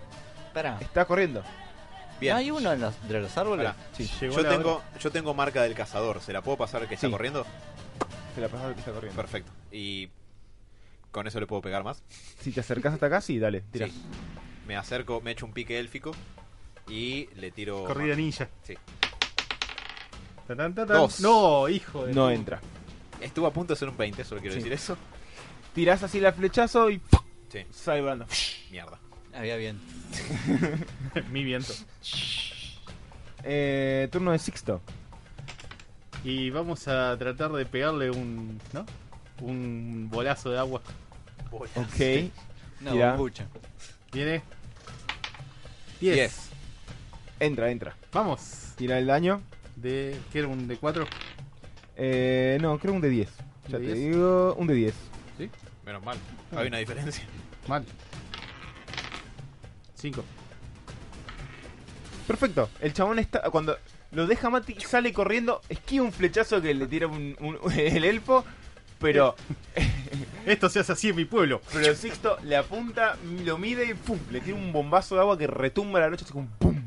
[SPEAKER 2] Espera.
[SPEAKER 4] Está corriendo.
[SPEAKER 3] Bien.
[SPEAKER 2] ¿No hay uno en los- entre los árboles?
[SPEAKER 3] Pará.
[SPEAKER 4] Sí,
[SPEAKER 1] Llegó
[SPEAKER 3] Yo
[SPEAKER 1] la
[SPEAKER 3] tengo, yo tengo marca del cazador. ¿Se la puedo pasar que está
[SPEAKER 4] Sí.
[SPEAKER 3] corriendo?
[SPEAKER 4] se la pasas, está corriendo.
[SPEAKER 3] Perfecto. Y con eso le puedo pegar más.
[SPEAKER 4] Si te acercas hasta acá, sí, dale, tira.
[SPEAKER 3] Sí. Me acerco, me echo un pique élfico y le tiro.
[SPEAKER 1] hora. Corrida ninja.
[SPEAKER 3] Sí.
[SPEAKER 1] Tan, tan, tan, tan.
[SPEAKER 3] Dos.
[SPEAKER 1] No, hijo de
[SPEAKER 4] No
[SPEAKER 1] puta.
[SPEAKER 4] entra.
[SPEAKER 3] Estuvo a punto de ser un 20, solo quiero
[SPEAKER 4] Sí.
[SPEAKER 3] decir eso.
[SPEAKER 4] Tirás así la flechazo y
[SPEAKER 3] Sí,
[SPEAKER 4] sale volando.
[SPEAKER 3] mierda.
[SPEAKER 2] Había bien.
[SPEAKER 1] Mi viento.
[SPEAKER 4] Eh, turno de Sixto.
[SPEAKER 1] Y vamos a tratar de pegarle un. ¿No? Un bolazo de agua.
[SPEAKER 4] Ok.
[SPEAKER 2] No,
[SPEAKER 4] Tirá.
[SPEAKER 2] escucha.
[SPEAKER 1] Viene. 10.
[SPEAKER 3] 10.
[SPEAKER 4] Entra, entra.
[SPEAKER 1] Vamos.
[SPEAKER 4] Tira el daño.
[SPEAKER 1] De, ¿Qué era un de 4?
[SPEAKER 4] Eh, no, creo un de 10. Ya
[SPEAKER 1] ¿De
[SPEAKER 4] te
[SPEAKER 1] 10?
[SPEAKER 4] digo, un de 10.
[SPEAKER 3] Menos mal. Hay una diferencia.
[SPEAKER 1] Mal. 5.
[SPEAKER 4] Perfecto. El chabón está. Cuando lo deja Mati, sale corriendo, esquiva un flechazo que le tira un, un- el elfo. Pero,
[SPEAKER 1] Esto se hace así en mi pueblo.
[SPEAKER 4] pero Sixto le apunta, lo mide y ¡pum! Le tira un bombazo de agua que retumba la noche, así como ¡pum!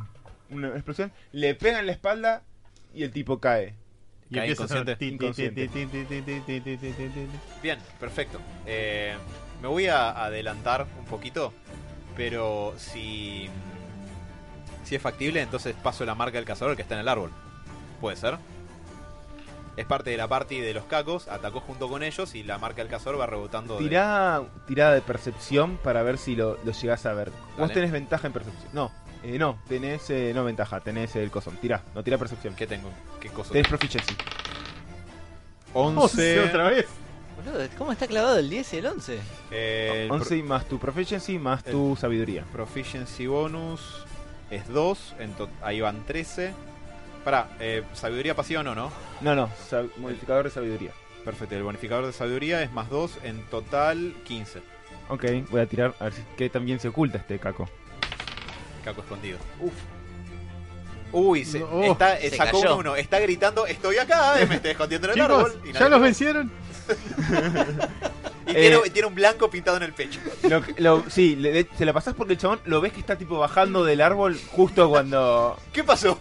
[SPEAKER 4] Una explosión. Le pega en la espalda y el tipo cae.
[SPEAKER 1] Y
[SPEAKER 3] Cae
[SPEAKER 1] empieza a sonar
[SPEAKER 3] inconsciente.
[SPEAKER 1] tin, tin, tin, tin, tin, tin, tin, tin, tin, tin, tin, tin.
[SPEAKER 3] Bien, perfecto. Eh, me voy a adelantar un poquito, pero si, si es factible, entonces paso la marca del cazador que está en el árbol. ¿Puede ser? Es parte de la party de los cacos, atacó junto con ellos y la marca del cazador va rebotando. de-
[SPEAKER 4] Tirá tirada de percepción para ver si lo, lo llegás a ver. Vos
[SPEAKER 3] Dale.
[SPEAKER 4] tenés ventaja en percepción. No, Eh, no, tenés eh, no ventaja, tenés el cosón. Tirá, no tirá percepción.
[SPEAKER 3] ¿Qué tengo? ¿Qué cosa?
[SPEAKER 4] Tenés proficiency.
[SPEAKER 3] 11.
[SPEAKER 1] otra vez.
[SPEAKER 2] Boludo, ¿cómo está clavado el 10 y el 11?
[SPEAKER 3] Eh, el pro-
[SPEAKER 4] 11 y más tu proficiency más tu sabiduría.
[SPEAKER 3] Proficiency bonus es 2. Ahí van 13. Pará, eh, sabiduría pasiva no, ¿no?
[SPEAKER 4] No, no, sab- modificador de sabiduría.
[SPEAKER 3] Perfecto, el bonificador de sabiduría es más 2, en total 15.
[SPEAKER 4] Ok, voy a tirar a ver si, qué también se oculta este caco.
[SPEAKER 3] Caco escondido. Uf. Uy, se,
[SPEAKER 1] No. oh.
[SPEAKER 3] está, eh,
[SPEAKER 2] Se
[SPEAKER 3] sacó
[SPEAKER 2] cayó.
[SPEAKER 3] un uno, está gritando, estoy acá, eh, me estoy escondiendo en el
[SPEAKER 1] Chicos,
[SPEAKER 3] árbol. Y, nadie
[SPEAKER 1] ¿ya
[SPEAKER 3] lo
[SPEAKER 1] los
[SPEAKER 3] ve.
[SPEAKER 1] vencieron?
[SPEAKER 3] Y tiene,
[SPEAKER 4] Eh.
[SPEAKER 3] tiene un blanco pintado en el pecho.
[SPEAKER 4] Lo, lo- sí, le- le- se la pasás porque el chabón lo ves que está tipo bajando del árbol justo cuando...
[SPEAKER 3] ¿Qué pasó?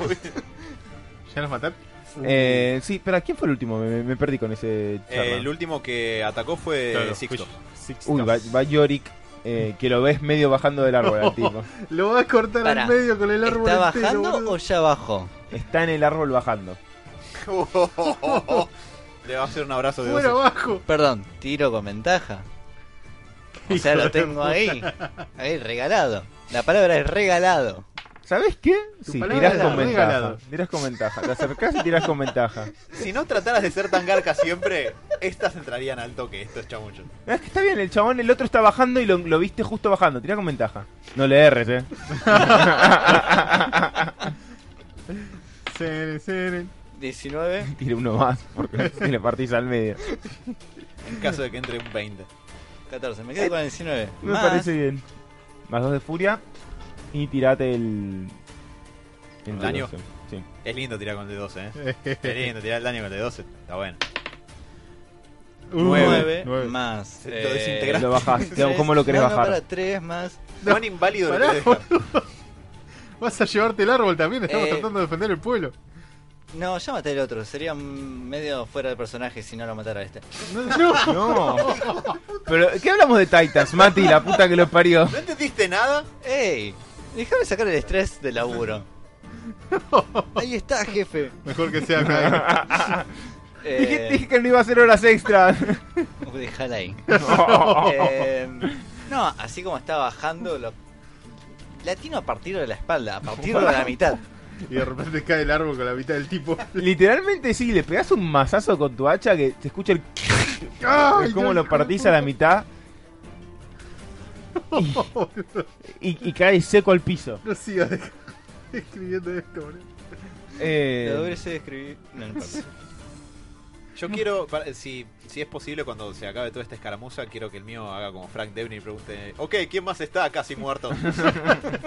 [SPEAKER 1] ¿Ya los mataron?
[SPEAKER 4] Eh, sí, pero ¿quién fue el último? Me, me- me perdí con ese... charla.
[SPEAKER 3] Eh, el último que atacó fue
[SPEAKER 1] Claro,
[SPEAKER 3] Eh, Sixto.
[SPEAKER 1] fui- Sixto.
[SPEAKER 4] Uy, va, va Yorick, eh, que lo ves medio bajando del árbol al tipo.
[SPEAKER 1] Lo vas a cortar
[SPEAKER 2] Pará.
[SPEAKER 1] al medio con el
[SPEAKER 2] ¿Está
[SPEAKER 1] árbol entero,
[SPEAKER 2] bajando
[SPEAKER 1] boludo.
[SPEAKER 2] o ya bajó?
[SPEAKER 4] Está en el árbol bajando.
[SPEAKER 3] Oh, Le va a hacer un abrazo de
[SPEAKER 1] Fuera
[SPEAKER 3] oso.
[SPEAKER 1] abajo.
[SPEAKER 2] Perdón, tiro con ventaja. O sea,
[SPEAKER 1] Hijo
[SPEAKER 2] lo
[SPEAKER 1] de
[SPEAKER 2] tengo
[SPEAKER 1] puta.
[SPEAKER 2] ahí. Ahí, regalado. La palabra es regalado.
[SPEAKER 4] ¿Sabes qué?
[SPEAKER 1] Tu
[SPEAKER 4] Sí,
[SPEAKER 1] palabra
[SPEAKER 4] tirás
[SPEAKER 1] era
[SPEAKER 4] con
[SPEAKER 1] regalado.
[SPEAKER 4] ventaja. Tirás con ventaja. Te acercás y tirás con ventaja.
[SPEAKER 3] Si no trataras de ser tan garca siempre, estas entrarían al toque, estos chamuchos.
[SPEAKER 4] No, Es que está bien, el chabón, el otro está bajando y lo, lo viste justo bajando. Tirá con ventaja. No le erres, eh.
[SPEAKER 1] Seren, seren.
[SPEAKER 2] 19.
[SPEAKER 4] Tire uno más, porque si le partís al medio.
[SPEAKER 3] En caso de que entre un 20.
[SPEAKER 2] 14, me quedo con el 19.
[SPEAKER 4] Me
[SPEAKER 2] Más.
[SPEAKER 4] parece bien. Más dos de furia. Y tirate el. el
[SPEAKER 3] Daño.
[SPEAKER 4] dedo, Sí.
[SPEAKER 3] Es lindo tirar con el de 12, ¿eh? Es lindo tirar el daño con el de 12. Está bueno.
[SPEAKER 1] Nueve.
[SPEAKER 2] Nueve
[SPEAKER 1] Nueve.
[SPEAKER 2] más. eh,
[SPEAKER 3] Lo desintegraste.
[SPEAKER 4] Eh, Lo bajás. Te- ¿Cómo lo querés
[SPEAKER 2] no, No,
[SPEAKER 4] bajar?
[SPEAKER 2] para 3 más.
[SPEAKER 3] Tan inválido lo
[SPEAKER 1] Pará,
[SPEAKER 3] que deja.
[SPEAKER 1] Vas a llevarte el árbol también, estamos
[SPEAKER 2] Eh.
[SPEAKER 1] tratando de defender el pueblo.
[SPEAKER 2] No, ya maté al otro. Sería mm, medio fuera de personaje si no lo matara a este.
[SPEAKER 1] No, no.
[SPEAKER 4] No. Pero, ¿qué hablamos de Titans, Mati? La puta que lo parió.
[SPEAKER 3] ¿No entendiste nada?
[SPEAKER 2] ¡Ey! Déjame sacar el estrés del laburo. Ahí está, jefe.
[SPEAKER 1] Mejor que sea acá. eh.
[SPEAKER 4] Dije, dije
[SPEAKER 2] Eh,
[SPEAKER 4] que no iba a hacer horas extra.
[SPEAKER 2] dejala ahí. Eh, no, así como está bajando, lo... latino a partir de la espalda, a partir de la mitad.
[SPEAKER 1] Y de repente cae el árbol con la mitad del tipo.
[SPEAKER 4] Literalmente sí, le pegás un mazazo con tu hacha que se escucha el...
[SPEAKER 1] Ay,
[SPEAKER 4] es como
[SPEAKER 1] Dios.
[SPEAKER 4] lo partís a la mitad. Y, y- y cae seco al piso.
[SPEAKER 1] No sigas de- escribiendo esto, boludo.
[SPEAKER 4] Eh,
[SPEAKER 2] Lo duro es escribir. No, no importa.
[SPEAKER 3] Yo quiero, para- si, si es posible, cuando se acabe toda esta escaramuza, quiero que el mío haga como Frank Debney y pregunte: Ok, ¿quién más está casi muerto?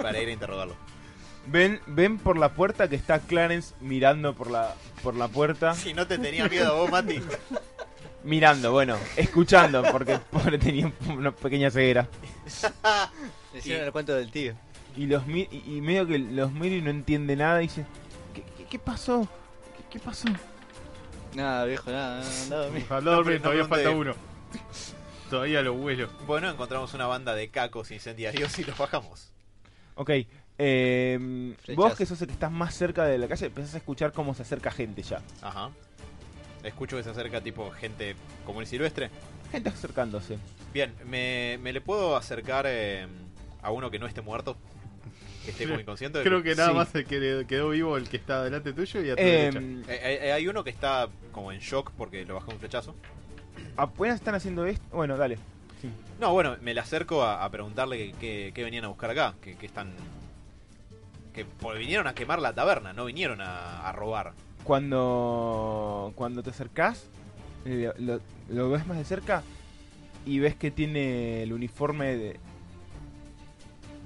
[SPEAKER 3] Para ir a interrogarlo.
[SPEAKER 4] ven, ven por la puerta que está Clarence mirando por la, por la
[SPEAKER 1] Ah.
[SPEAKER 4] puerta.
[SPEAKER 3] Si no te tenía miedo vos, Mati.
[SPEAKER 4] Mirando, bueno, escuchando, porque pobre, tenía una pequeña ceguera.
[SPEAKER 2] Le hicieron el cuento del tío.
[SPEAKER 4] Y, los mi- y, y medio que los mira y no entiende nada y dice, ¿qué, qué- qué pasó? ¿Qué, qué pasó?
[SPEAKER 2] Nada, viejo, nada, nada, nada.
[SPEAKER 1] Al dormir,
[SPEAKER 3] No,
[SPEAKER 1] todavía
[SPEAKER 3] no
[SPEAKER 1] falta
[SPEAKER 3] pregunté.
[SPEAKER 1] uno. Todavía lo huelo.
[SPEAKER 3] Bueno, encontramos una banda de cacos incendiarios y los bajamos.
[SPEAKER 4] Ok, eh, vos
[SPEAKER 2] Flechazo.
[SPEAKER 4] que sos el que estás más cerca de la calle, empezás a escuchar cómo se acerca gente ya.
[SPEAKER 3] Ajá. Escucho que se acerca tipo gente común y silvestre.
[SPEAKER 4] Gente acercándose.
[SPEAKER 3] Bien, ¿me, me le puedo acercar eh, a uno que no esté muerto? Que esté como inconsciente.
[SPEAKER 1] Creo que nada
[SPEAKER 4] Sí.
[SPEAKER 1] más se qued- quedó vivo el que está delante tuyo y a tu
[SPEAKER 4] Eh,
[SPEAKER 1] derecha.
[SPEAKER 3] Eh, eh, hay uno que está como en shock porque lo bajó un flechazo.
[SPEAKER 4] apenas están haciendo esto. Bueno, dale.
[SPEAKER 3] No, bueno, me le acerco a, a preguntarle que- que- qué venían a buscar acá, que, que están... Que por- vinieron a quemar la taberna, no vinieron a, a robar.
[SPEAKER 4] Cuando, cuando te acercás, eh, lo, lo ves más de cerca y ves que tiene el uniforme de.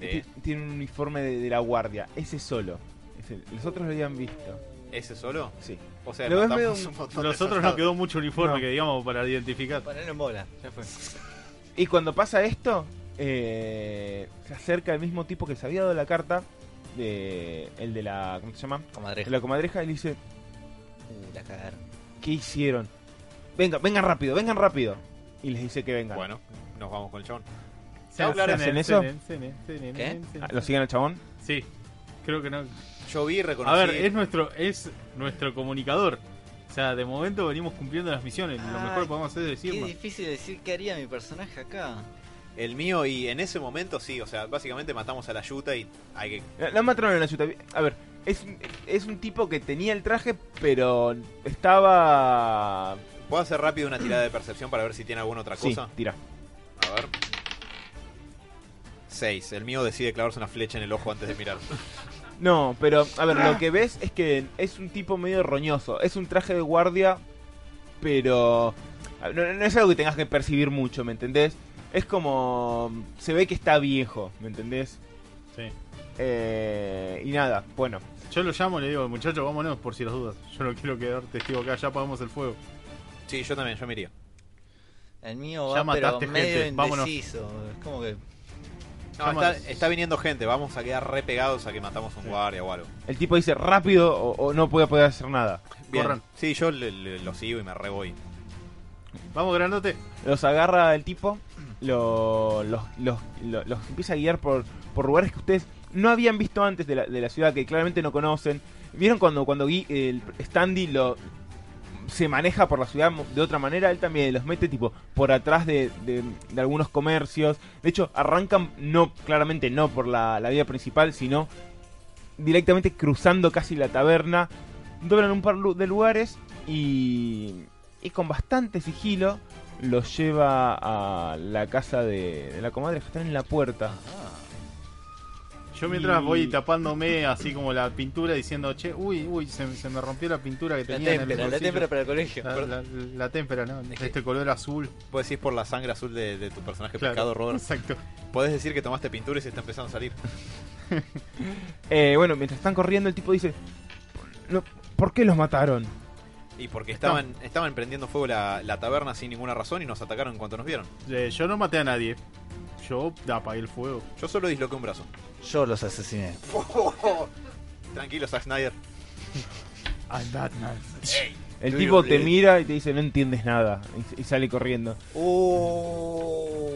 [SPEAKER 3] De
[SPEAKER 4] ti- Tiene un uniforme de, de la guardia. Ese solo. Es el- los otros lo habían visto.
[SPEAKER 3] ese solo.
[SPEAKER 4] Sí.
[SPEAKER 3] O sea,
[SPEAKER 4] Lo ves
[SPEAKER 3] matamos
[SPEAKER 4] medio-
[SPEAKER 3] un montón de
[SPEAKER 1] Nosotros
[SPEAKER 3] soldados.
[SPEAKER 1] no quedó mucho uniforme
[SPEAKER 4] No.
[SPEAKER 1] que digamos para identificar.
[SPEAKER 2] Ponelo en bola, ya fue.
[SPEAKER 4] Y cuando pasa esto, eh, se acerca el mismo tipo que se había dado la carta. De, el de la. ¿Cómo se llama? De
[SPEAKER 2] Comadreja.
[SPEAKER 4] la comadreja. Y le dice:
[SPEAKER 2] Uh, la cagaron.
[SPEAKER 4] ¿Qué hicieron? Venga, vengan rápido, vengan rápido. Y les dice que vengan.
[SPEAKER 3] Bueno, nos vamos con el chabón.
[SPEAKER 1] Cenen,
[SPEAKER 3] claro,
[SPEAKER 4] ¿hacen
[SPEAKER 1] cenen,
[SPEAKER 4] eso?
[SPEAKER 1] cenen, cenen, cenen,
[SPEAKER 2] ¿Qué?
[SPEAKER 1] cenen, cenen.
[SPEAKER 4] Ah, ¿Lo siguen al chabón?
[SPEAKER 1] Sí, creo que no.
[SPEAKER 3] Yo vi, reconocí...
[SPEAKER 1] A ver, es nuestro, es nuestro comunicador. O sea, de momento venimos cumpliendo las misiones. Lo mejor que podemos hacer es
[SPEAKER 2] Qué
[SPEAKER 1] decirnos.
[SPEAKER 2] difícil decir qué haría mi personaje acá.
[SPEAKER 3] el mío y en ese momento sí, o sea, básicamente matamos a la yuta y hay que...
[SPEAKER 4] Eh, La, la mataron en la yuta. A ver, es, un- es un tipo que tenía el traje, pero estaba.
[SPEAKER 3] ¿Puedo hacer rápido una tirada de percepción para ver si tiene alguna otra
[SPEAKER 4] Sí,
[SPEAKER 3] cosa?
[SPEAKER 4] tira.
[SPEAKER 3] A ver. 6. El mío decide clavarse una flecha en el ojo antes de mirar.
[SPEAKER 4] No, pero a ver, lo que ves es que es un tipo medio roñoso. Es un traje de guardia, pero a ver, no, no es algo que tengas que percibir mucho, ¿me entendés? Es como se ve que está viejo, ¿me entendés?
[SPEAKER 1] Sí.
[SPEAKER 4] Eh, y nada, bueno,
[SPEAKER 1] Yo lo llamo y le digo, muchacho, vámonos por si las dudas. Yo no quiero quedar testigo acá, ya apagamos el fuego.
[SPEAKER 3] Sí, yo también, yo me iría.
[SPEAKER 2] El mío
[SPEAKER 1] Ya
[SPEAKER 2] va pero
[SPEAKER 1] mataste
[SPEAKER 2] medio
[SPEAKER 1] gente, vámonos.
[SPEAKER 2] indeciso. Es como que.
[SPEAKER 3] No,
[SPEAKER 1] Llámanos.
[SPEAKER 3] está, está viniendo gente, vamos a quedar re pegados a que matamos un
[SPEAKER 1] Sí.
[SPEAKER 3] guardia o algo.
[SPEAKER 4] el tipo dice rápido o, o no puede poder hacer nada.
[SPEAKER 3] Bien.
[SPEAKER 1] Corran.
[SPEAKER 3] Sí, yo le- le- lo sigo y me re voy.
[SPEAKER 1] Vamos, grandote.
[SPEAKER 4] Los agarra el tipo, lo- los, los- lo- los empieza a guiar por, por lugares que ustedes no habían visto antes de la, de la ciudad, que claramente no conocen. ¿Vieron cuando, cuando Gui- el Standy lo, se maneja por la ciudad mo- de otra manera? Él también los mete tipo por atrás de, de- de algunos comercios. De hecho, arrancan no claramente no por la, la vía principal, sino directamente cruzando casi la taberna. Doblan un par lu- de lugares y, y con bastante sigilo los lleva a la casa de, de la comadre que están en la puerta.
[SPEAKER 1] Yo mientras
[SPEAKER 4] Y-
[SPEAKER 1] voy tapándome así como la pintura diciendo, che, uy, uy, se, se me rompió la pintura que
[SPEAKER 2] La
[SPEAKER 1] tenía en el
[SPEAKER 2] témpera, la
[SPEAKER 1] bolsillo".
[SPEAKER 2] témpera para el colegio.
[SPEAKER 1] La, la- la témpera, ¿no?
[SPEAKER 3] Es que-
[SPEAKER 1] Este color azul.
[SPEAKER 3] Puedes decir por la sangre azul de, de tu personaje
[SPEAKER 1] Claro.
[SPEAKER 3] pescado, Robert.
[SPEAKER 1] Exacto.
[SPEAKER 3] Puedes decir que tomaste pintura y se está empezando a salir.
[SPEAKER 4] Eh, bueno, mientras están corriendo, el tipo dice: "No, ¿Por qué los mataron?
[SPEAKER 3] Y porque estaban, estaban prendiendo fuego la, la taberna sin ninguna razón y nos atacaron en cuanto nos vieron.
[SPEAKER 1] Eh, yo no maté a nadie. Yo apagué el fuego.
[SPEAKER 3] Yo solo disloqué un brazo.
[SPEAKER 2] Yo los asesiné.
[SPEAKER 3] Tranquilo, Zack Snyder.
[SPEAKER 1] I'm Batman.
[SPEAKER 4] El
[SPEAKER 3] Do
[SPEAKER 4] tipo
[SPEAKER 3] you
[SPEAKER 4] te
[SPEAKER 1] eh,
[SPEAKER 3] read?
[SPEAKER 4] mira y te dice: No entiendes nada. Y, y sale corriendo.
[SPEAKER 1] Oh.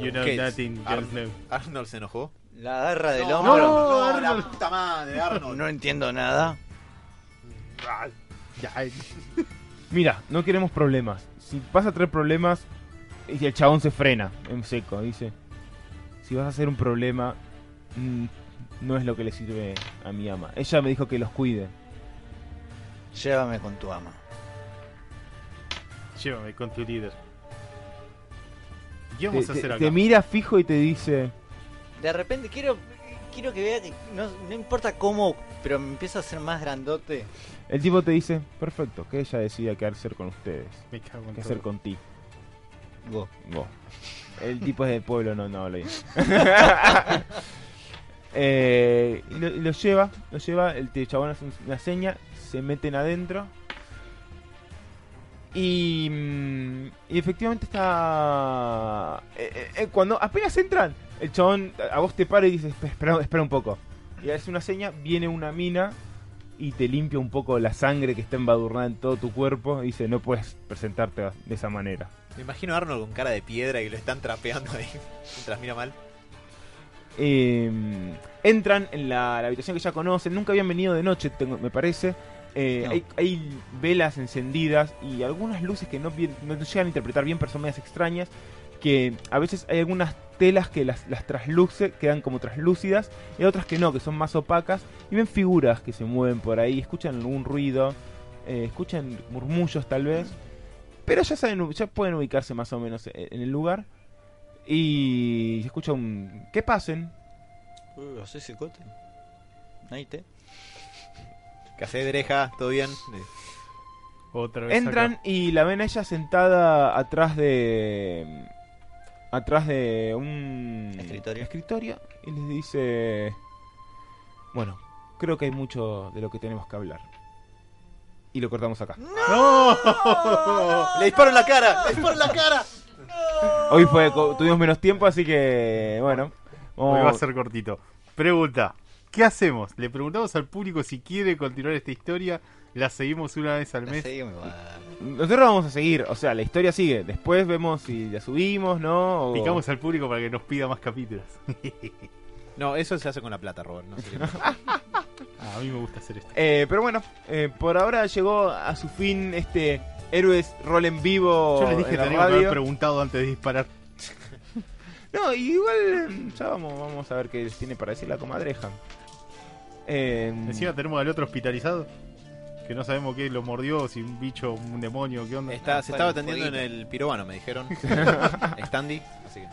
[SPEAKER 1] You know
[SPEAKER 3] Ok,
[SPEAKER 1] nothing,
[SPEAKER 4] Ah,
[SPEAKER 3] Ar-
[SPEAKER 1] just know.
[SPEAKER 3] Arnold se enojó.
[SPEAKER 2] La garra del
[SPEAKER 3] No,
[SPEAKER 2] hombro.
[SPEAKER 1] no,
[SPEAKER 3] la
[SPEAKER 1] Arnold.
[SPEAKER 3] puta madre, Arnold.
[SPEAKER 2] No entiendo nada.
[SPEAKER 1] Ya, eh,
[SPEAKER 4] Mira, no queremos problemas. Si vas a traer problemas, y el chabón se frena en seco. Dice: Si vas a hacer un problema, mm, no es lo que le sirve a mi ama. Ella me dijo que los cuide.
[SPEAKER 2] Llévame con tu ama.
[SPEAKER 1] Llévame con tu líder. ¿Qué
[SPEAKER 4] Te,
[SPEAKER 1] vamos a hacer
[SPEAKER 4] te-
[SPEAKER 1] acá?
[SPEAKER 4] te mira fijo y te dice:
[SPEAKER 2] De repente quiero quiero que vea que no, no importa cómo, pero me empiezo a hacer más grandote.
[SPEAKER 4] El tipo te dice, perfecto, que ella decida qué hacer con ustedes,
[SPEAKER 1] Me cago en
[SPEAKER 4] qué
[SPEAKER 1] todo.
[SPEAKER 4] hacer con ti.
[SPEAKER 2] Go.
[SPEAKER 4] Vos. El tipo es del pueblo, no, no habla bien. Eh, y lo, y lo lleva, lo lleva, el t- chabón hace un- una seña, se meten adentro. Y, mm, y efectivamente está... eh, eh, eh, cuando apenas entran, el chabón a a vos te para y dices, espera, espera un poco. Y hace una seña, viene una mina y te limpia un poco la sangre que está embadurnada en todo tu cuerpo. Y dice, no puedes presentarte de esa manera.
[SPEAKER 3] Me imagino a Arnold con cara de piedra y lo están trapeando ahí mientras mira mal.
[SPEAKER 4] Eh, entran en la, la habitación que ya conocen, nunca habían venido de noche, tengo- me parece. Eh,
[SPEAKER 2] No.
[SPEAKER 4] hay, hay velas encendidas y algunas luces que no, bien- no llegan a interpretar bien, pero son medias extrañas. Que a veces hay algunas telas que las, las trasluce, quedan como traslúcidas, y hay otras que no, que son más opacas. Y ven figuras que se mueven por ahí, escuchan algún ruido, eh, escuchan murmullos tal vez. Pero ya saben, u- ya pueden ubicarse más o menos e- en el lugar. Y se escucha un... Que pasen,
[SPEAKER 3] Uh,
[SPEAKER 2] ¿Haces cicote? Ahí te.
[SPEAKER 3] Casé Dreja, ¿todo bien?
[SPEAKER 1] Otra vez
[SPEAKER 4] Entran
[SPEAKER 1] acá.
[SPEAKER 4] y la ven a ella sentada atrás de. atrás de un.
[SPEAKER 2] Escritorio.
[SPEAKER 4] escritorio y les dice. Bueno, creo que hay mucho de lo que tenemos que hablar. Y lo cortamos acá.
[SPEAKER 3] Ah, ¡Le disparo en la cara! ¡Le disparo en la cara!
[SPEAKER 4] Hoy fue, co- tuvimos menos tiempo, así que. bueno.
[SPEAKER 1] Hoy va a
[SPEAKER 4] vamos-
[SPEAKER 1] ser cortito. Pregunta. ¿Qué hacemos? Le preguntamos al público si quiere continuar esta historia. La seguimos una vez al
[SPEAKER 2] La
[SPEAKER 1] mes.
[SPEAKER 2] seguí, me va.
[SPEAKER 4] Nosotros vamos a seguir, o sea, la historia sigue. Después vemos si la subimos, ¿no? O-
[SPEAKER 1] Picamos al público para que nos pida más capítulos.
[SPEAKER 3] No, eso se hace con la plata, Robert. No sé qué-
[SPEAKER 1] Ah, a mí me gusta hacer esto.
[SPEAKER 4] Eh, pero bueno, eh, por ahora llegó a su fin este Héroes Rol en Vivo.
[SPEAKER 1] Yo les dije que
[SPEAKER 4] Oh, en la
[SPEAKER 1] teníamos que haber
[SPEAKER 4] radio.
[SPEAKER 1] preguntado antes de disparar.
[SPEAKER 4] No, y igual em, ya vamos, vamos a ver qué tiene para decir la comadreja. Em,
[SPEAKER 1] Encima tenemos al otro hospitalizado. Que no sabemos qué lo mordió, si un bicho, un demonio, qué onda.
[SPEAKER 3] Está- se
[SPEAKER 2] Bueno,
[SPEAKER 3] estaba atendiendo en
[SPEAKER 2] jueguito.
[SPEAKER 3] el pirobano, me dijeron. Standy. Así que.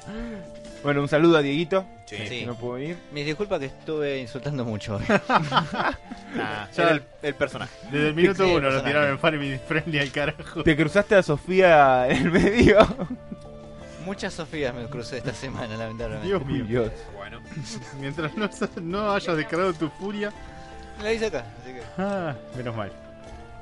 [SPEAKER 4] bueno, un saludo a Dieguito,
[SPEAKER 3] Sí.
[SPEAKER 4] que no pudo ir.
[SPEAKER 2] Mis disculpas que estuve insultando mucho. hoy.
[SPEAKER 3] Nah,
[SPEAKER 1] Ya-
[SPEAKER 3] Ah, era el, el personaje.
[SPEAKER 1] Desde el minuto
[SPEAKER 2] Sí,
[SPEAKER 1] uno lo
[SPEAKER 2] personaje.
[SPEAKER 1] tiraron en Family Friendly al carajo.
[SPEAKER 4] Te cruzaste a Sofía en el medio.
[SPEAKER 2] Muchas Sofías me crucé esta semana, lamentablemente.
[SPEAKER 1] Dios mío.
[SPEAKER 4] Dios.
[SPEAKER 3] Bueno.
[SPEAKER 1] Mientras no, no hayas descargado tu furia.
[SPEAKER 2] La hice acá, así que.
[SPEAKER 1] Ah, menos mal.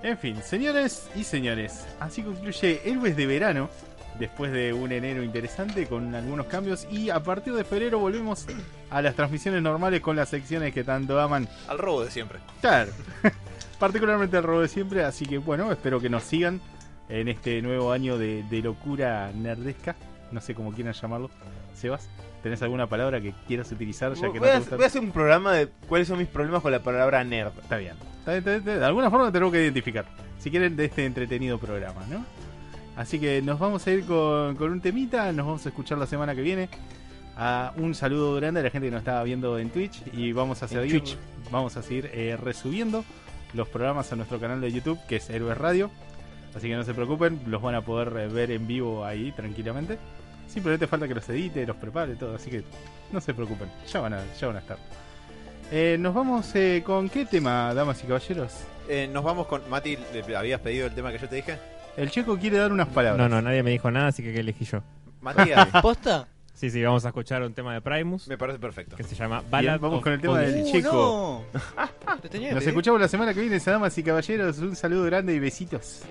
[SPEAKER 1] En fin, señores y señores, así concluye Héroes de Verano, después de un enero interesante con algunos cambios y a partir de febrero volvemos a las transmisiones normales con las secciones que tanto aman.
[SPEAKER 3] Al robo de siempre.
[SPEAKER 1] Claro, particularmente al robo de siempre, así que bueno, espero que nos sigan en este nuevo año de, de locura nerdesca, no sé cómo quieran llamarlo. Sebas, ¿tenés alguna palabra que quieras utilizar ya que no te
[SPEAKER 4] voy, a,
[SPEAKER 1] gusta?
[SPEAKER 4] voy a hacer un programa de cuáles son mis problemas con la palabra nerd.
[SPEAKER 1] Está bien. Está bien, está bien, está bien. De alguna forma tengo que identificar. Si quieren, de este entretenido programa, ¿no? Así que nos vamos a ir con, con un temita. Nos vamos a escuchar la semana que viene. Ah, un saludo grande a la gente que nos estaba viendo en Twitch. Y vamos a
[SPEAKER 4] En
[SPEAKER 1] seguir,
[SPEAKER 4] Twitch.
[SPEAKER 1] Vamos a seguir eh, resubiendo los programas a nuestro canal de YouTube, que es Héroes Radio. Así que no se preocupen, los van a poder eh, ver en vivo ahí tranquilamente. Simplemente falta que los edite, los prepare, todo. Así que no se preocupen, ya van a, ya van a estar. Eh, nos vamos eh, con qué tema, damas y caballeros.
[SPEAKER 3] Eh, nos vamos con. Mati, ¿le habías pedido el tema que yo te dije?
[SPEAKER 1] El checo quiere dar unas palabras.
[SPEAKER 5] No, no, nadie me dijo nada, así que ¿qué elegí yo.
[SPEAKER 3] Matías,
[SPEAKER 2] ¿Posta?
[SPEAKER 5] Sí, sí, vamos a escuchar un tema de Primus
[SPEAKER 3] me parece perfecto.
[SPEAKER 5] que se llama
[SPEAKER 1] Bien,
[SPEAKER 5] Ballad
[SPEAKER 1] vamos
[SPEAKER 5] of
[SPEAKER 1] con el tema
[SPEAKER 5] Odin.
[SPEAKER 1] del
[SPEAKER 2] Uh,
[SPEAKER 1] checo.
[SPEAKER 2] no. Te tenía que
[SPEAKER 1] Nos
[SPEAKER 2] pedir.
[SPEAKER 1] escuchamos la semana que viene, damas y caballeros. Un saludo grande y besitos.